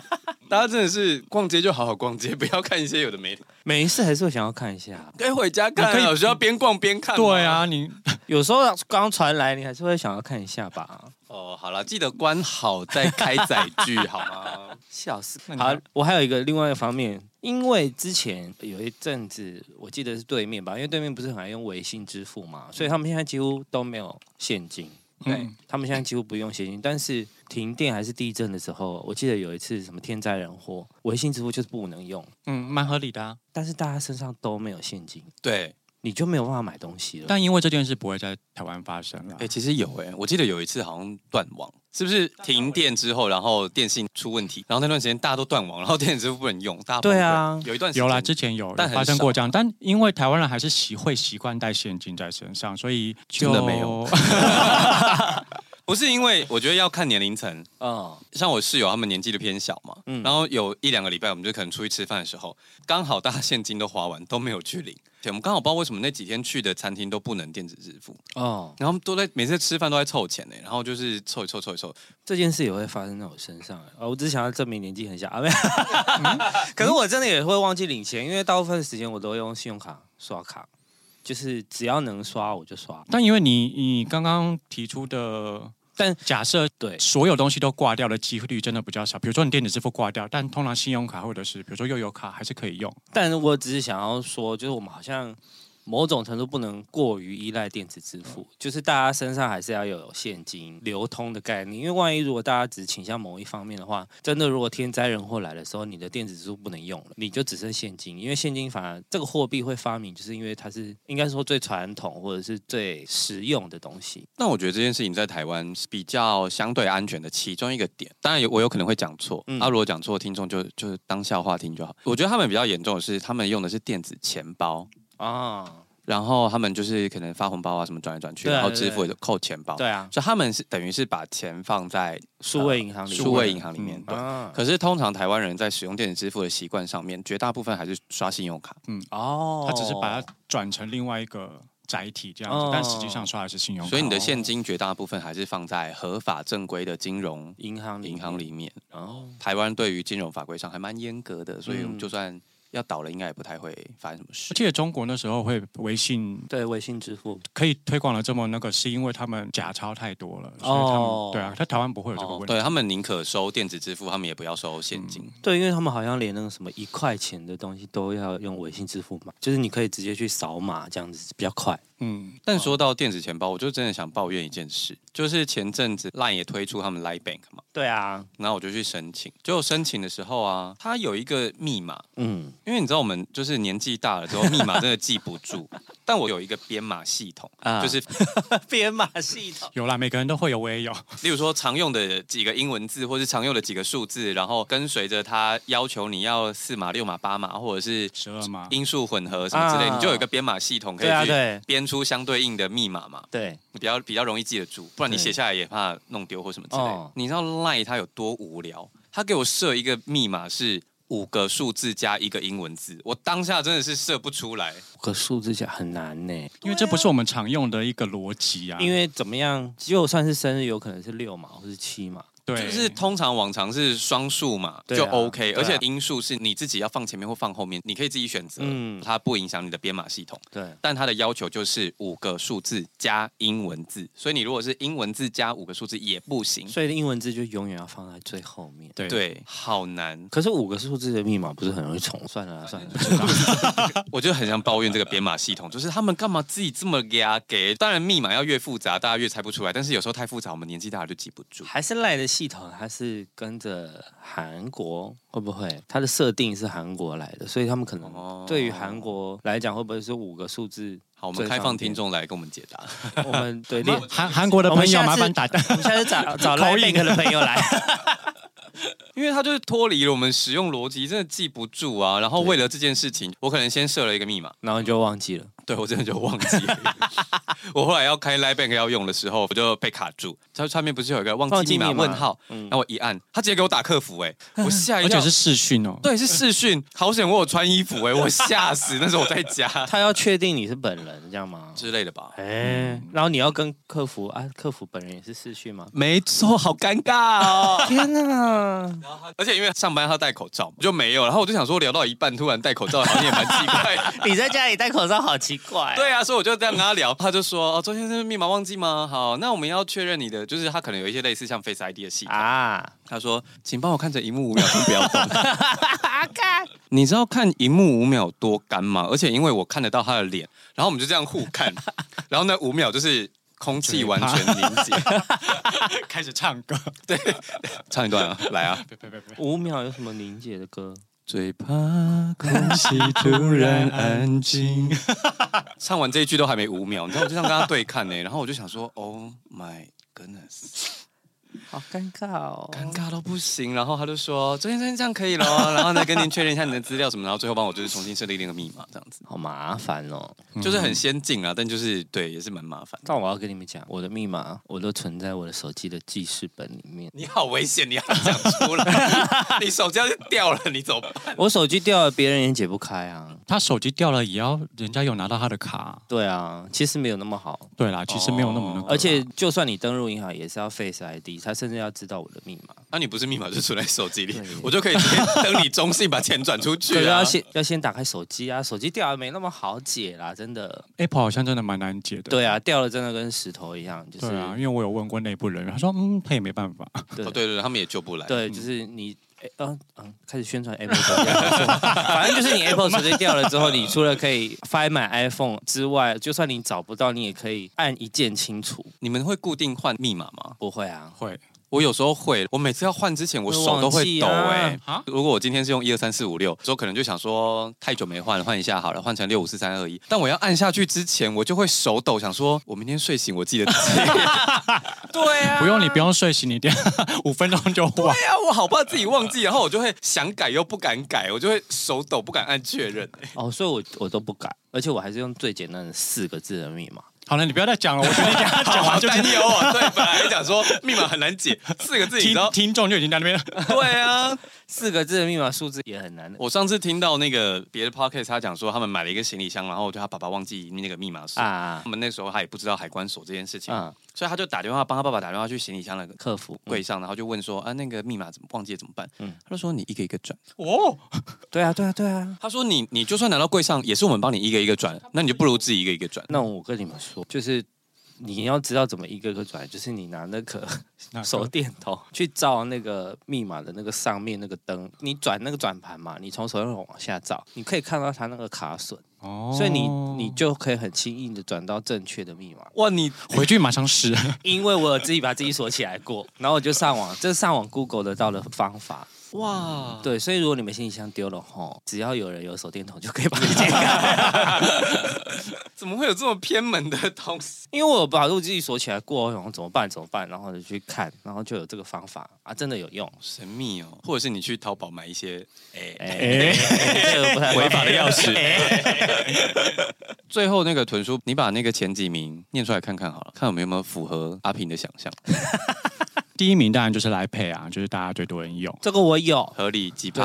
A: <laughs>
C: 大家真的是逛街就好好逛街，不要看一些有的没的，
A: 每一次还是会想要看一下。
C: 该回家看、啊，
B: 你可以
C: 有时候边逛边看。
B: 对，啊，你
A: 有时候刚传来，你还是会想要看一下吧。
C: 哦，好了，记得关好再开载 <laughs> 具好吗？
A: 笑死！
B: 那你
A: 好
B: 看，
A: 我还有一个另外一方面，因为之前有一阵子，我记得是对面吧，因为对面不是很爱用微信支付嘛，所以他们现在几乎都没有现金。对、
B: 嗯
A: 他们现在几乎不用现金，但是停电还是地震的时候，我记得有一次什么天灾人祸，微信支付就是不能用，
B: 嗯蛮合理的啊，
A: 但是大家身上都没有现金，
C: 对，
A: 你就没有办法买东西了。
B: 但因为这件事不会在台湾发生了
A: 啊
C: 哎、。其实有哎、我记得有一次好像断网，是不是停电之后，然后电信出问题，然后那段时间大家都断网，然后电子支付不能用，大家崩溃
A: 对啊
C: 有一段时间
B: 有啦，之前有
C: 但很
B: 发生过这样，但因为台湾人还是习会习惯带现金在身上，所以
C: 真
B: 就
C: 的没有。不是因为我觉得要看年龄层，
A: 嗯，
C: 像我室友他们年纪都偏小嘛，
A: 嗯
C: 然后有一两个礼拜，我们就可能出去吃饭的时候，刚好大家现金都花完，都没有去领。对，我们刚好不知道为什么那几天去的餐厅都不能电子支付，
A: 哦，
C: 然后他们都在每次吃饭都在凑钱呢，然后就是凑一凑凑一凑，
A: 这件事也会发生在我身上。呃，我只想要证明年纪很小啊，没有。 <laughs> 可是我真的也会忘记领钱，因为大部分时间我都用信用卡刷卡，就是只要能刷我就刷。
B: <laughs> 但因为你你刚刚提出的，
A: 但
B: 假设
A: 对，
B: 所有东西都挂掉的几率真的比较少。比如说你电子支付挂掉，但通常信用卡或者是比如说悠游卡还是可以用。
A: 但我只是想要说，就是我们好像某种程度不能过于依赖电子支
C: 嗯
A: 付，就是大家身上还是要有现金流通的概念。因为万一如果大家只倾向某一方面的话，真的如果天灾人祸来的时候，你的电子支付不能用了，你就只剩现金，因为现金反而这个货币会发明，就是因为它是应该说最传统或者是最实用的东西。
C: 那我觉得这件事情在台湾是比较相对安全的其中一个点。当然有，我有可能会讲错，
A: 嗯
C: 啊，如果讲错，听众就就是当笑话听就好。我觉得他们比较严重的是，他们用的是电子钱包，
A: 啊，
C: 然后他们就是可能发红包啊什么转来转去，
A: 对啊
C: 然后支付也都扣钱包，
A: 对啊，
C: 所以他们是等于是把钱放在
A: 数位银行里面，
C: 数位银行里面。
B: 嗯
C: 对
A: 啊，
C: 可是通常台湾人在使用电子支付的习惯上面，绝大部分还是刷信用卡。
A: 哦，
B: 它只是把它转成另外一个载体这样子，
A: 哦
B: 但实际上刷的是信用卡。
C: 所以你的现金绝大部分还是放在合法正规的金融
A: 银行
C: 银行，里面。
A: 然后
C: 台湾对于金融法规上还蛮严格的，所以
A: 嗯
C: 就算要倒了，应该也不太会发生什么事
B: 我。记得中国那时候会微信
A: 对微信支付
B: 可以推广的这么那个，是因为他们假钞太多了，所以他们、
A: 哦
B: 对啊，他台湾不会有这个问题。
C: 哦
B: 嗯
C: 对他们宁可收电子支付，他们也不要收现金。
A: 对，因为他们好像连那个什么一块钱的东西都要用微信支付嘛，就是你可以直接去扫码这样子比较快。
B: 嗯，
C: 但说到电子钱包，我就真的想抱怨一件事，就是前阵子 LINE 也推出他们 LINE Bank 嘛，
A: 对啊，
C: 然后我就去申请，结果申请的时候啊，它有一个密码，
A: 嗯，
C: 因为你知道我们就是年纪大了之后，密码真的记不
B: <laughs>
C: 住，但我有一个编码系统，
A: 啊 <laughs>
C: 就是
A: 编码系 <laughs> 统。
B: 有啦，每个人都会有，我也有。
C: 例如说常用的几个英文字，或是常用的几个数字，然后跟随着它要求你要四码、六码、八码，或者是
B: 十二吗？
C: 因数混合什么之类，
A: 啊
C: 你就有一个编码系统可
A: 对啊，
C: 以去
A: 对
C: 编出相对应的密码嘛，
A: 对，
C: 你比较比较容易记得住，不然你
A: 对
C: 写下来也怕弄丢或什么之类的
A: 哦。
C: 你知道 Line 它有多无聊？它给我设一个密码是。五个数字加一个英文字，我当下真的是设不出来。
A: 可数字下很难呢，
B: 因为这不是我们常用的一个逻辑啊。
A: 因为怎么样，就算是生日，有可能是六码或是七码。
B: 对，
C: 就是通常往常是双数嘛，
A: 对啊
C: 就
A: 对
C: OK，、
A: 啊
C: 而且因数是你自己要放前面或放后面，你可以自己选择，
A: 嗯
C: 它不影响你的编码系统。
A: 对，
C: 但它的要求就是五个数字加英文字，所以你如果是英文字加五个数字也不行。
A: 所以英文字就永远要放在最后面。
B: 对
C: 对，好难，
A: 可是五个数字的密码不是很容易重？ <laughs> 算了啦啊算了啦，
C: 我就很想抱怨这个编码
A: <laughs>
C: 系统，就是他们干嘛自己这么压给？当然密码要越复杂，大家越猜不出来，但是有时候太复杂，我们年纪大了就记不住。
A: 还是赖的系统，它是跟着韩国会不会？它的设定是韩国来的，所以他们可能
C: 哦
A: <laughs> 对于韩国来讲，会不会是五个数字
C: 好，我们开放听众来跟我们解答。
A: 我们 <laughs> 对，连
B: 韩韩国的朋友麻烦打
A: 我们下次 <laughs> 找找
B: 口译
A: Link 的朋 <laughs> 友来，
C: 因为它就是脱离了我们使用逻辑，真的记不住啊。然后为了这件事情，我可能先设了一个密码，
A: 然后你就忘记了。
C: 对我真的就忘记 <laughs> 了。我后来要开 Line Bank 要用的时候，我就被卡住。它上面不是有一个忘
A: 忘
C: 记
A: 记
C: 密码
A: 密码
C: 问号？然后我一按，他直接给我打客服、哎，我吓一
B: 而
C: 跳
B: 且。是视讯哦。
C: 对，是视讯，好险我有穿衣服、哎，我吓死。那时候我在家 <laughs>
A: 他要确定你是本人，这样吗？
C: 之类的吧。
A: 哎、然后你要跟客服啊，客服本人也是视讯吗？
C: 没错，好尴尬 <laughs> 哦。
A: 天哪！
C: 而且因为上班他戴口罩，我就没有。然后我就想说，聊到一半突然戴口罩，好像也蛮奇怪的。
A: <laughs> 你在家里戴口罩好奇怪、
C: 对，啊，所以我就这样跟他聊，他就说：“哦，周先生密码忘记吗？好，那我们要确认你的，就是他可能有一些类似像 Face ID 的系统。
A: 啊，
C: 他说：“请帮我看着荧幕五秒钟，不要动。” <laughs>
A: 啊
C: 你知道看荧幕五秒多干吗？而且因为我看得到他的脸，然后我们就这样互看，然后那五秒就是空气完全凝结。
B: 开始唱歌，
C: 唱一段啊，来啊！
B: 别别别别，
A: 五秒有什么林姐的歌？
C: 最怕 <laughs> 空气突然安静。唱完这一句都还没五秒，你知道我就这样跟他对看呢、然后我就想说：“Oh my goodness。”
A: 好尴尬哦，
C: 尴尬到不行。然后他就说：“周先生这样可以了，然后再跟您确认一下你的资料什么，然后最后帮我就是重新设定那个密码，这样子
A: 好麻烦哦。
C: 就是很先进啊，但就是对，也是蛮麻烦的。 <laughs>
A: 但我要跟你们讲，我的密码我都存在我的手机的记事本里面。
C: 你好危险，你要讲出来， <laughs> 你手机要是掉了，你怎么办？
A: 我手机掉了，别人也解不开啊。
B: 他手机掉了也要人家有拿到他的卡。
A: 对啊，其实没有那么好，
B: 对啦，其实没有那么那个啦，
A: 哦而且就算你登录银行，也是要 Face ID，他甚至要知道我的密码。
C: 啊那、你不是密码就存在手机里
A: 对，
C: 我就可以直接登你中信把钱转出
A: 可
C: 去
A: 是
C: 啊
A: 要。先要先打开手机啊，手机掉了没那么好解啦，真的。
B: Apple 好像真的蛮难解的。
A: 对啊，掉了真的跟石头一样，就是
B: 对啊，因为我有问过内部人员，他说嗯，他也没办法。
A: 对
C: 哦，对对，对他们也救不来。
A: 对，就是你。哎，嗯嗯，开始宣传 Apple 手机， <laughs> 反正就是你 Apple 手机掉了之后，你除了可以 Find My iPhone 之外，就算你找不到，你也可以按一键清除。
C: 你们会固定换密码吗？
A: 不会啊，
B: 会
C: 我有时候会，我每次要换之前，我手都会抖
A: 会忘记啊
C: 哎、
B: 啊，
C: 如果我今天是用一二三四五六，之后可能就想说太久没换了，换一下好了，换成六五四三二一。但我要按下去之前，我就会手抖，想说我明天睡醒我记得 <laughs> 记。对啊
B: 不用你不用睡醒，你等 <laughs> 五分钟就换。
C: 对啊，我好怕自己忘记，然后我就会想改又不敢改，我就会手抖，不敢按确认。
A: 哦，所以我我都不改，而且我还是用最简单的四个字的密码。
B: 好了，你不要再讲了，我觉得你等一下讲
C: 好
B: 完就
C: 担
B: 是
C: 忧 <laughs> 啊！对，本来讲说密码很难解，四个字你知
B: 听
C: 道？
B: 听众就已经在那边了。
C: <laughs> 对啊，
A: 四个字的密码数字也很难。
C: 我上次听到那个别的 podcast，他讲说他们买了一个行李箱，然后就他爸爸忘记那个密码锁。
A: 啊
C: 他们那时候他也不知道海关锁这件事情，
A: 啊，
C: 所以他就打电话帮他爸爸打电话去行李箱的
A: 客服
C: 柜上，然后就问说啊那个密码怎么忘记了怎么办？
A: 嗯
C: 他就说你一个一个转。
B: 哦，
A: 对啊，对啊，对啊。
C: 他说你你就算拿到柜上，也是我们帮你一个一个转，那你就不如自己一个一个转。
A: 那我跟你们说，就是你要知道怎么一个个转，就是你拿那 <laughs> 个
B: 那
A: 手电筒去照那个密码的那个上面那个灯，你转那个转盘嘛，你从手电筒往下照，你可以看到它那个卡榫，
B: 哦
A: 所以你你就可以很轻易的转到正确的密码。
C: <laughs> 哇，你
B: 回去马上试。
A: 因为我有自己把自己锁起来过，然后我就上网，这是上网 Google 得到的方法。
C: 哇，
A: 对，所以如果你们行李箱丢了吼，只要有人有手电筒就可以 <laughs> 把它解开。
C: 怎么会有这么偏门的东西？
A: 因为我有把路自己锁起来过，我想说怎么办怎么办，然后就去看，然后就有这个方法啊，真的有用。
C: <laughs> 神秘哦，或者是你去淘宝买一些哎、
A: <laughs> 哎、这个不太
C: 违法的钥
B: <laughs>
C: 匙
A: 哎
C: 最后那个豚叔，你把那个前几名念出来看看好了，看我们有没有符合阿平的想象，
B: 第一名当然就是来配啊，就是大家最多人用，
A: 这个我有
C: 合理几趴？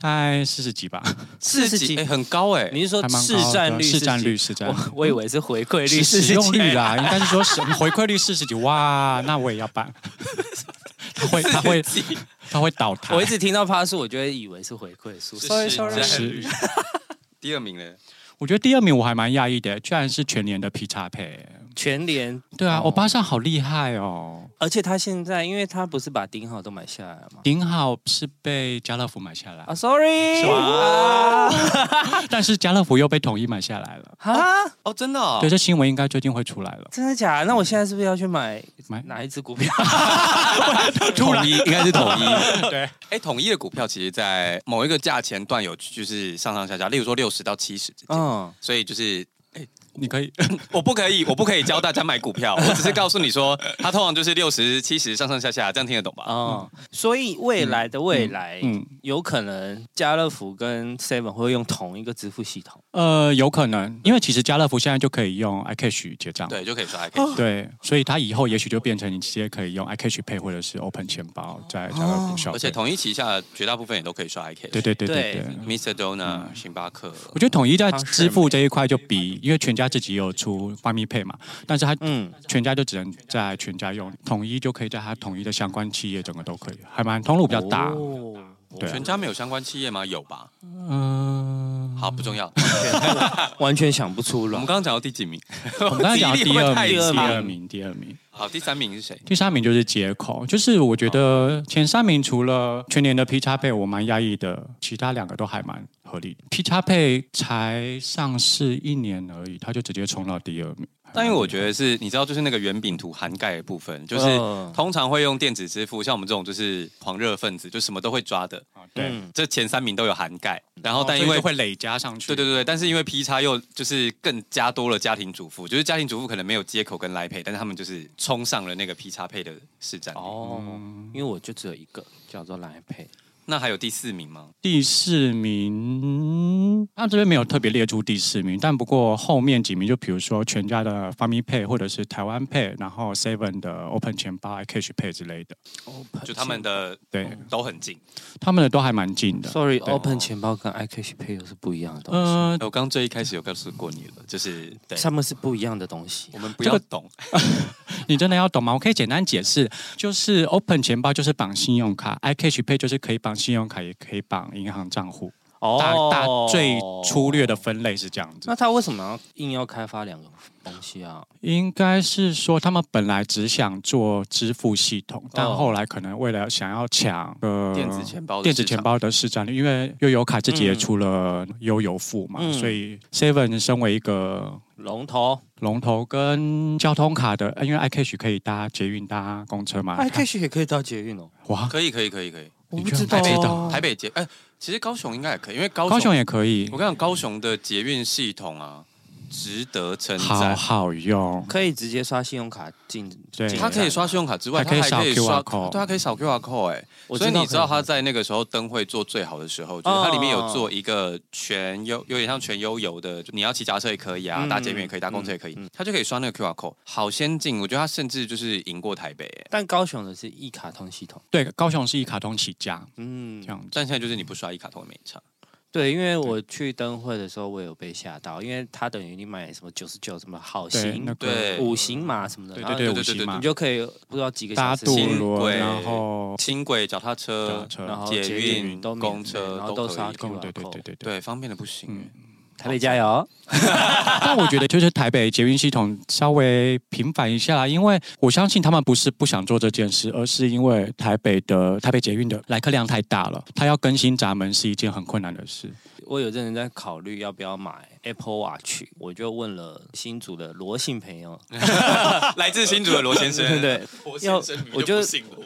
B: 大概四十几吧，
A: 四十
C: 哎、
A: 几，
C: 很高哎、
A: 你是说
B: 还蛮
A: 市
B: 高的
A: 占率？
B: 市占率，
A: 40
B: 市
A: 几，
B: 占率
A: 我我以为是回馈率，
B: 是
A: 40
B: 使
A: 几
B: 用率。啊啦，应该是说使回馈率四十几，哇，那我也要办。他会，他会，他会倒台。
A: 我一直听到趴数，我就会以为是回馈数。
C: 是
A: Sorry
C: 是
A: Sorry，
C: 是
B: 是，
C: 第二名嘞，
B: 我觉得第二名我还蛮讶异的，居然是全年的劈叉配。
A: 全联，
B: 对啊，
A: 哦
B: 欧巴桑好厉害哦！
A: 而且他现在，因为他不是把顶好都买下来了吗？
B: 顶好是被家乐福买下来
C: 哦
A: 啊，，sorry，
B: 是
A: 啊
B: 但是家乐福又被统一买下来了。
A: 啊，
C: 哦，真的、哦
B: 对，这新闻应该最近会出来了。
A: 真的假的？那我现在是不是要去买
B: 买
A: 哪一只
B: <laughs>
A: 股票？
C: 统一应该是统一。
B: 对，
C: 哎，统一的股票其实，在某一个价钱段有就是上上下下，例如说六十到七十之间，
A: 嗯，
C: 所以就是哎，
B: <laughs> 你可以
C: 我不可以，我不可以教大家买股票，我只是告诉你说，它通常就是六十七十上上下下，这样听得懂吧？
A: 哦，所以未来的未来，
B: 嗯
A: 有可能家乐福跟 Seven 会用同一个支付系统。
B: 呃有可能，因为其实家乐福现在就可以用 iCash 结账，
C: 对，就可以说还可以。
B: 对，所以它以后也许就变成你直接可以用 iCash Pay 或者是 Open 钱包在家乐福消费，
C: 哦而且统一旗下绝大部分也都可以刷 i k
B: 对嗯对对对
A: 对
B: 对。
C: Mr. Dona、星巴克，
B: 我觉得统一在
A: 它是
B: 支付这一块就比，因为全家自己有出 f a m i Pay 嘛，但是它
A: 嗯，
B: 全家就只能在全家用，统一就可以在它统一的相关企业整个都可以，还蛮通路比较大。
A: 哦
B: 对啊
C: 全家没有相关企业吗？有吧？
B: <laughs> 嗯，
C: 好，不重要。
A: 完全想不出
C: 我们
A: 来。
C: 刚刚讲到第几名？
B: 我们刚才讲到
C: 记忆力
B: 第
C: 会
B: 二
C: 不会
B: 名，第
A: 太
B: 二
A: 低
B: 名，第二名，
C: 好，第三名是谁？
B: 第三名就是接口，就是我觉得前三名除了全年的 P 叉配我蛮压抑的，其他两个都还蛮合理。P 叉配才上市一年而已，它就直接冲到第二名。
C: 但因为我觉得是，你知道，就是那个圆饼图涵盖的部分，就是
A: 嗯
C: 通常会用电子支付，像我们这种就是狂热分子，就什么都会抓的。
B: 啊对，
A: 嗯
C: 这前三名都有涵盖，然
B: 然
C: 后但因为
B: 会累加上去，
C: 对对对对，但是因为 P 叉又就是更加多了家庭主妇，就是家庭主妇可能没有接口跟来配，但是他们就是冲上了那个 P 叉配的市占。哦，
A: 哦，因为我就只有一个叫做来配，
C: 那还有第四名吗？
B: 第四名，他这边没有特别列出第四名，但不过后面几名，就比如说全家的 f a m i Pay 或者是台湾 Pay，然后 Seven 的 Open 钱包、iCash Pay 之类的，
C: 就他们的
B: 对
C: 都很近。
B: 他们的都还蛮近的。对
A: ，sorry，Open 钱包跟 iCash Pay 又是不一样的东西，
B: 呃，
C: 哎我刚最一开始有告诉过你了，就是对，
A: 他们是不一样的东西
C: 我。们不
B: 这
C: 要
B: 个
C: 懂。
B: 你真的要懂吗？我可以简单解释，就是 Open 钱包就是绑信用卡，iCash Pay 就是可以绑信用卡，也可以绑银行账户。大大
C: 哦
B: 最粗略的分类是这样子。
A: 那他为什么要硬要开发两个东西啊？
B: 应该是说，他们本来只想做支付系统，但
A: 哦
B: 后来可能为了想要抢呃
C: 电子钱包的
B: 电子
C: 市场
B: 钱包的市占率，因为悠游卡自己也出了悠游付嘛，
A: 嗯
B: 所以 Seven 身为一个
A: 龙头
B: 龙头跟交通卡的，呃因为 iCash 可以搭捷运搭公车
C: 啊
B: 嘛
A: ，iCash 也可以搭捷运哦。
B: 哇，
C: 可以可以可以可以，
A: 我
B: 你
A: 不
B: 居然
A: 知道
B: 不知
A: 啊，
B: 道
C: 台北捷哎、其实高雄应该也可以，因为高雄
B: 高雄也可以
C: 我，跟你讲，高雄的捷运系统啊，值得称
B: 好
C: 赞。
B: 好用，
A: 可以直接刷信用卡进，
B: 对
A: 进
C: 它可以刷信用卡之外，
B: 还可以
C: 它还可以
B: 扫
C: 刷
B: QR code
C: 对，它可以扫 QR code 哎、
A: 我
C: 所以你知道
A: 可以
C: 它在那个时候灯会做最好的时候，就是它里面有做一个全悠，有点像全悠游的，就你要骑脚踏车也可以啊，
A: 嗯
C: 搭捷运也可以，搭公车也可以，它就可以刷那个 QR code，好先进，我觉得它甚至就是赢过台北、哎
A: 但高雄的是一卡通系统，
B: 对，高雄是以卡通起家
A: 嗯
B: 这，样子，
C: 但现在就是你不刷一卡通也没差，
A: 对，因为我去灯会的时候，我有被吓到，因为它等于你买什么九十九什么好
B: 对
A: 行
B: 那、
C: 对
B: 个
A: 五行码什么的，
B: 对
A: 然后
B: 对对
C: 对
B: 五
C: 对
B: 行
C: 对
B: 嘛
A: 你，就可以不知道几个
B: 搭
A: 小时
B: 渡
A: 前
C: 新轨
B: 轮，然后
C: 轻轨、脚踏车、
B: 哦车
A: 然后
C: 捷
A: 捷
C: 运
A: 运都免
C: 公
A: 费
C: 车
A: 然后都
C: 都可以
A: 刷
B: 对
A: QR
B: 对对
A: code
B: 对对对。
C: 对，方便的不行、哎
B: 嗯
A: 台北加油，
B: 但我觉得就是台北捷运系统稍微平反一下啦，因为我相信他们不是不想做这件事，而是因为台北的台北捷运的来客量太大了，它要更新闸门是一件很困难的事。
A: 我有阵子在考虑要不要买 Apple Watch，我就问了新组的罗姓朋友，
C: 欸 <laughs> 来自新竹的罗先生，
A: <laughs> 对对，要我就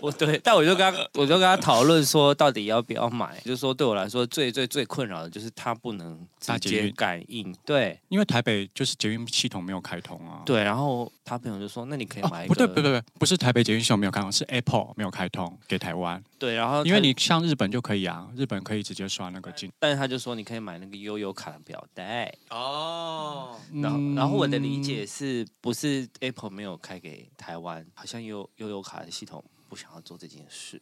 A: 我对，但我就跟他我就跟他讨论说到底要不要买，就是说对我来说最最最困扰的就是它不能直
B: 搭捷
A: 接
B: 运
A: 感应，对
B: 因为台北就是捷运系统没有开通啊。
A: 对，然后他朋友就说那你可以
B: 哦
A: 买，一个，
B: 不对，不对，不对，不是台北捷运系统没有开通，是 Apple 没有开通给台湾，
A: 对，然后
B: 因为
A: 他
B: 你像日本就可以啊，日本可以直接刷那个进。
A: 但是他就说你可以买那个悠游卡的表带， <laughs>
C: 哦，
A: 然后
B: 嗯
A: 然后我的理解是不是 Apple 没有开给台湾，好像悠悠游卡的系统不想要做这件事。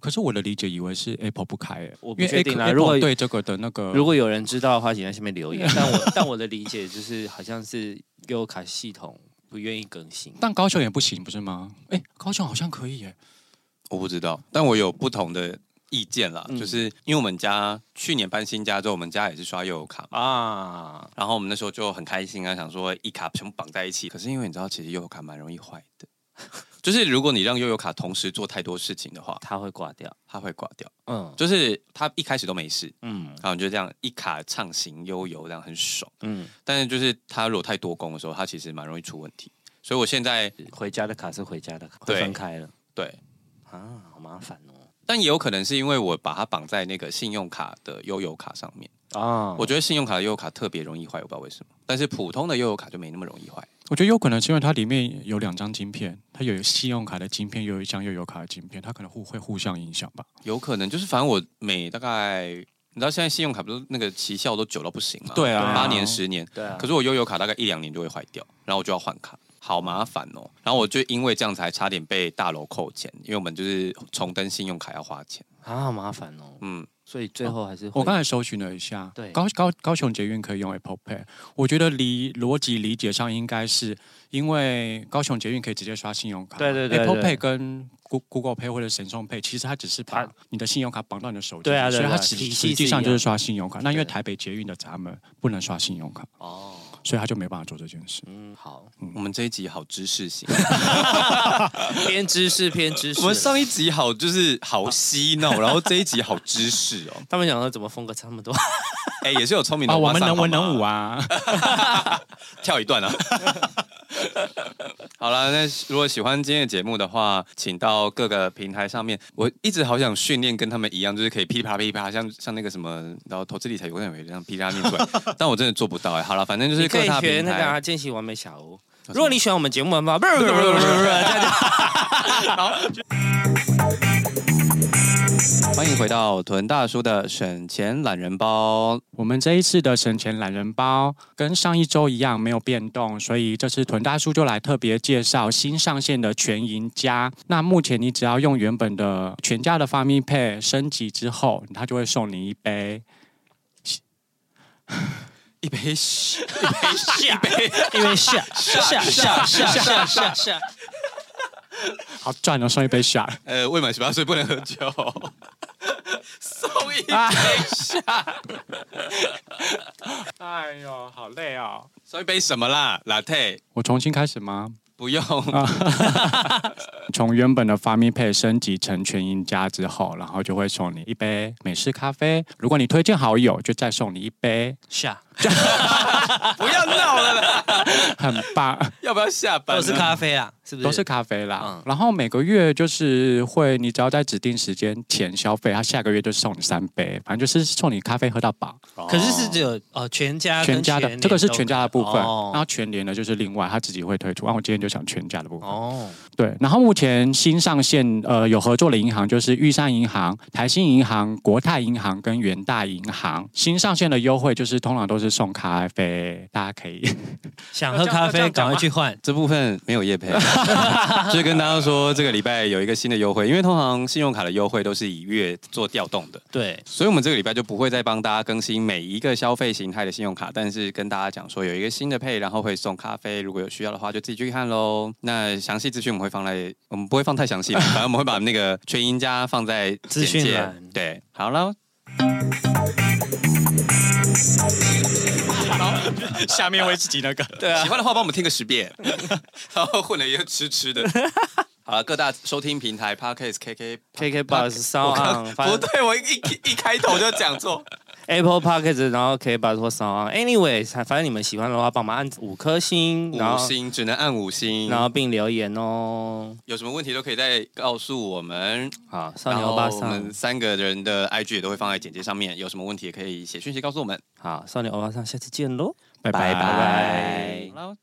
B: 可是我的理解以为是 Apple 不开、欸，
A: 我不
B: 因为
A: 确定啦啊
B: Apple-
A: 如果
B: Apple 对这个的那个，
A: 如果有人知道的话，请在下面留言。但我但我的理解就是，好像是悠游卡系统不愿意更新。
B: 但高雄也不行，不是吗？哎、高雄好像可以耶、
C: 我不知道，但我有不同的意见啦，
A: 嗯
C: 就是因为我们家去年搬新家之后，我们家也是刷悠游卡嘛。
A: 啊，
C: 然后我们那时候就很开心啊，想说一卡全部绑在一起。可是因为你知道，其实悠游卡蛮容易坏的， <laughs> 就是如果你让悠游卡同时做太多事情的话，
A: 它会挂掉。
C: 它会挂掉。
A: 嗯
C: 就是它一开始都没事，
A: 嗯
C: 然后你就这样一卡畅行悠游，这样很爽。
A: 嗯，
C: 但是就是它如果太多工的时候，它其实蛮容易出问题。所以我现在
A: 回家的卡是回家的卡，会
C: 对
A: 分开了
C: 对
A: 啊，好麻烦哦。
C: 但也有可能是因为我把它绑在那个信用卡的悠游卡上面，
B: 哦
A: 啊
C: 我觉得信用卡的悠游卡特别容易坏，我不知道为什么。但是普通的悠游卡就没那么容易坏。
B: 我觉得有可能是因为它里面有两张晶片，它有信用卡的晶片，又有一张又有卡的晶片，它可能互会互相影响吧。
C: 有可能就是，反正我每大概，你知道现在信用卡不是那个期效都久到不行嘛？
B: 对啊
C: 八年、十年。
A: 对啊
C: 可是我悠游卡大概一两年就会坏掉，然后我就要换卡，好麻烦哦。然后我就因为这样才差点被大楼扣钱，因为我们就是重登信用卡要花钱。
A: 啊，好麻烦哦。
C: 嗯，
A: 所以最后还是会
B: 我刚才搜寻了一下，
A: 对
B: 高高高雄捷运可以用 Apple Pay，我觉得理逻辑理解上应该是因为高雄捷运可以直接刷信用卡嘛，
A: 对对对
B: Apple
A: 对
B: Pay 跟 Goo- Google Pay 或者神送 Pay，其实它只是把
A: 它
B: 你的信用卡绑到你的手机，
A: 对啊对啊
B: 所以它
A: 对啊
B: 实
A: 体系
B: 实际
A: 是
B: 上
A: 一
B: 就是
A: 样
B: 刷信用卡。那因为
A: 对
B: 台北捷运的闸门不能刷信用卡，
C: 哦，
B: 所以他就没办法做这件事。
A: 嗯好，
C: 我们这一集好知
A: <laughs>
C: 识型，
A: 偏知识偏知识。
C: 我们上一集好就是好嬉
A: <laughs>
C: 闹，然后这一集好知识哦。
A: 他们想说怎么风格差不多，
C: 哎，也是有聪明的
B: 啊，我们
C: 挖上
B: 能文
C: 好吗
B: 能武啊！
C: 跳一段啊。 <laughs> 好了，那如果喜欢今天的节目的话，请到各个平台上面。我一直好想训练跟他们一样，就是可以噼里啪啦噼里啪啦，像像那个什么，然后投资理财有个人有这样噼里啪啦念
A: <laughs>
C: 出来，但我真的做不到哎、好了，反正就是
A: 你可
C: 各
A: 以
C: 大
A: 学
C: 平
A: 那个啊
C: 台。
A: 见习完美小屋。如果你喜欢我们节目的话，不是不是不是不是不是，大家
C: 欢迎回到屯大叔的省钱懒人包。
B: <laughs> 我们这一次的省钱懒人包跟上一周一样没有变动，所以这次屯大叔就来特别介绍新上线的全赢家。那目前你只要用原本的全家的 Family Pay 升级之后，它就会送你一杯
C: 一杯 <laughs> 水，
A: 下
B: 哎
A: 因为
B: 哦
A: 下下下下下下下，
B: <laughs> 好赚哦，送一杯 shot。
C: 呃，未满十八岁不能喝酒。送一
B: 啊哎呦，好累哦！
C: 送一杯什么啦？latte
B: 我重新开始吗？
C: 不用。
A: 啊
B: 从原本的 Family Pay 升级成全赢家之后，然后就会送你一杯美式咖啡。如果你推荐好友，就再送你一杯，
A: 下
C: 不要闹了啦，
B: 很棒。
C: 要不要下班？啊
A: 都是咖啡啦，是不是？
B: 都是咖啡啦。
A: 嗯
B: 然后每个月就是会，你只要在指定时间前消费，他下个月就送你三杯，反正就是送你咖啡喝到饱。
C: 哦，
A: 可是是只有哦全家跟
B: 全家的
A: 联
B: 这个是
A: 都
B: 全家的部分，
A: 哦
B: 然后全联的就是另外他自己会推出。然啊后我今天就想全家的部分。
A: 哦，
B: 对，然后目前新上线呃有合作的银行就是玉山银行、台新银行、国泰银行跟元大银行。新上线的优惠就是通常都是送咖啡，大家
A: <laughs>
B: 可以。
A: 想喝咖啡赶快去换。
C: 这部分没有业
A: <laughs>
C: 配，就是跟大家说，这个礼拜有一个新的优惠，因为通常信用卡的优惠都是以月做调动的，
A: 对，
C: 所以我们这个礼拜就不会再帮大家更新每一个消费形态的信用卡，但是跟大家讲说有一个新的配，然后会送咖啡，如果有需要的话就自己去看喽。那详细资讯我们会放在，我们不会放太详细，反正我们会把那个全赢家放在简介
A: 资讯栏
C: 对，好了，
B: 下面会自己那
A: <laughs>
B: 个。
C: 对啊，喜欢的话帮我们听个十遍， <laughs> 然后混了一个吃吃
A: <laughs>
C: 的。好了，各大收听平台 Podcast、KK
A: KK Box、Sound On，
C: 不
A: 哦嗯反正
C: 对，我一一一开头就讲错。
A: Apple p o c k e t 然后 KK Box 或 Sound On。Anyway，反正你们喜欢的话，帮忙按五颗星， <laughs> 然
C: 五
A: 后
C: 星只能按五星，
A: 然后并留言哦。
C: 有什么问题都可以再告诉我们。
A: 好，少
C: 然
A: 年
C: 后
A: 欧巴
C: 我们
A: 桑，
C: 三个人的 IG 也都会放在简介上面，有什么问题也可以写讯息告诉我们。
A: 好，少年欧巴桑，下次见喽。
B: 拜拜
A: 拜
C: 好了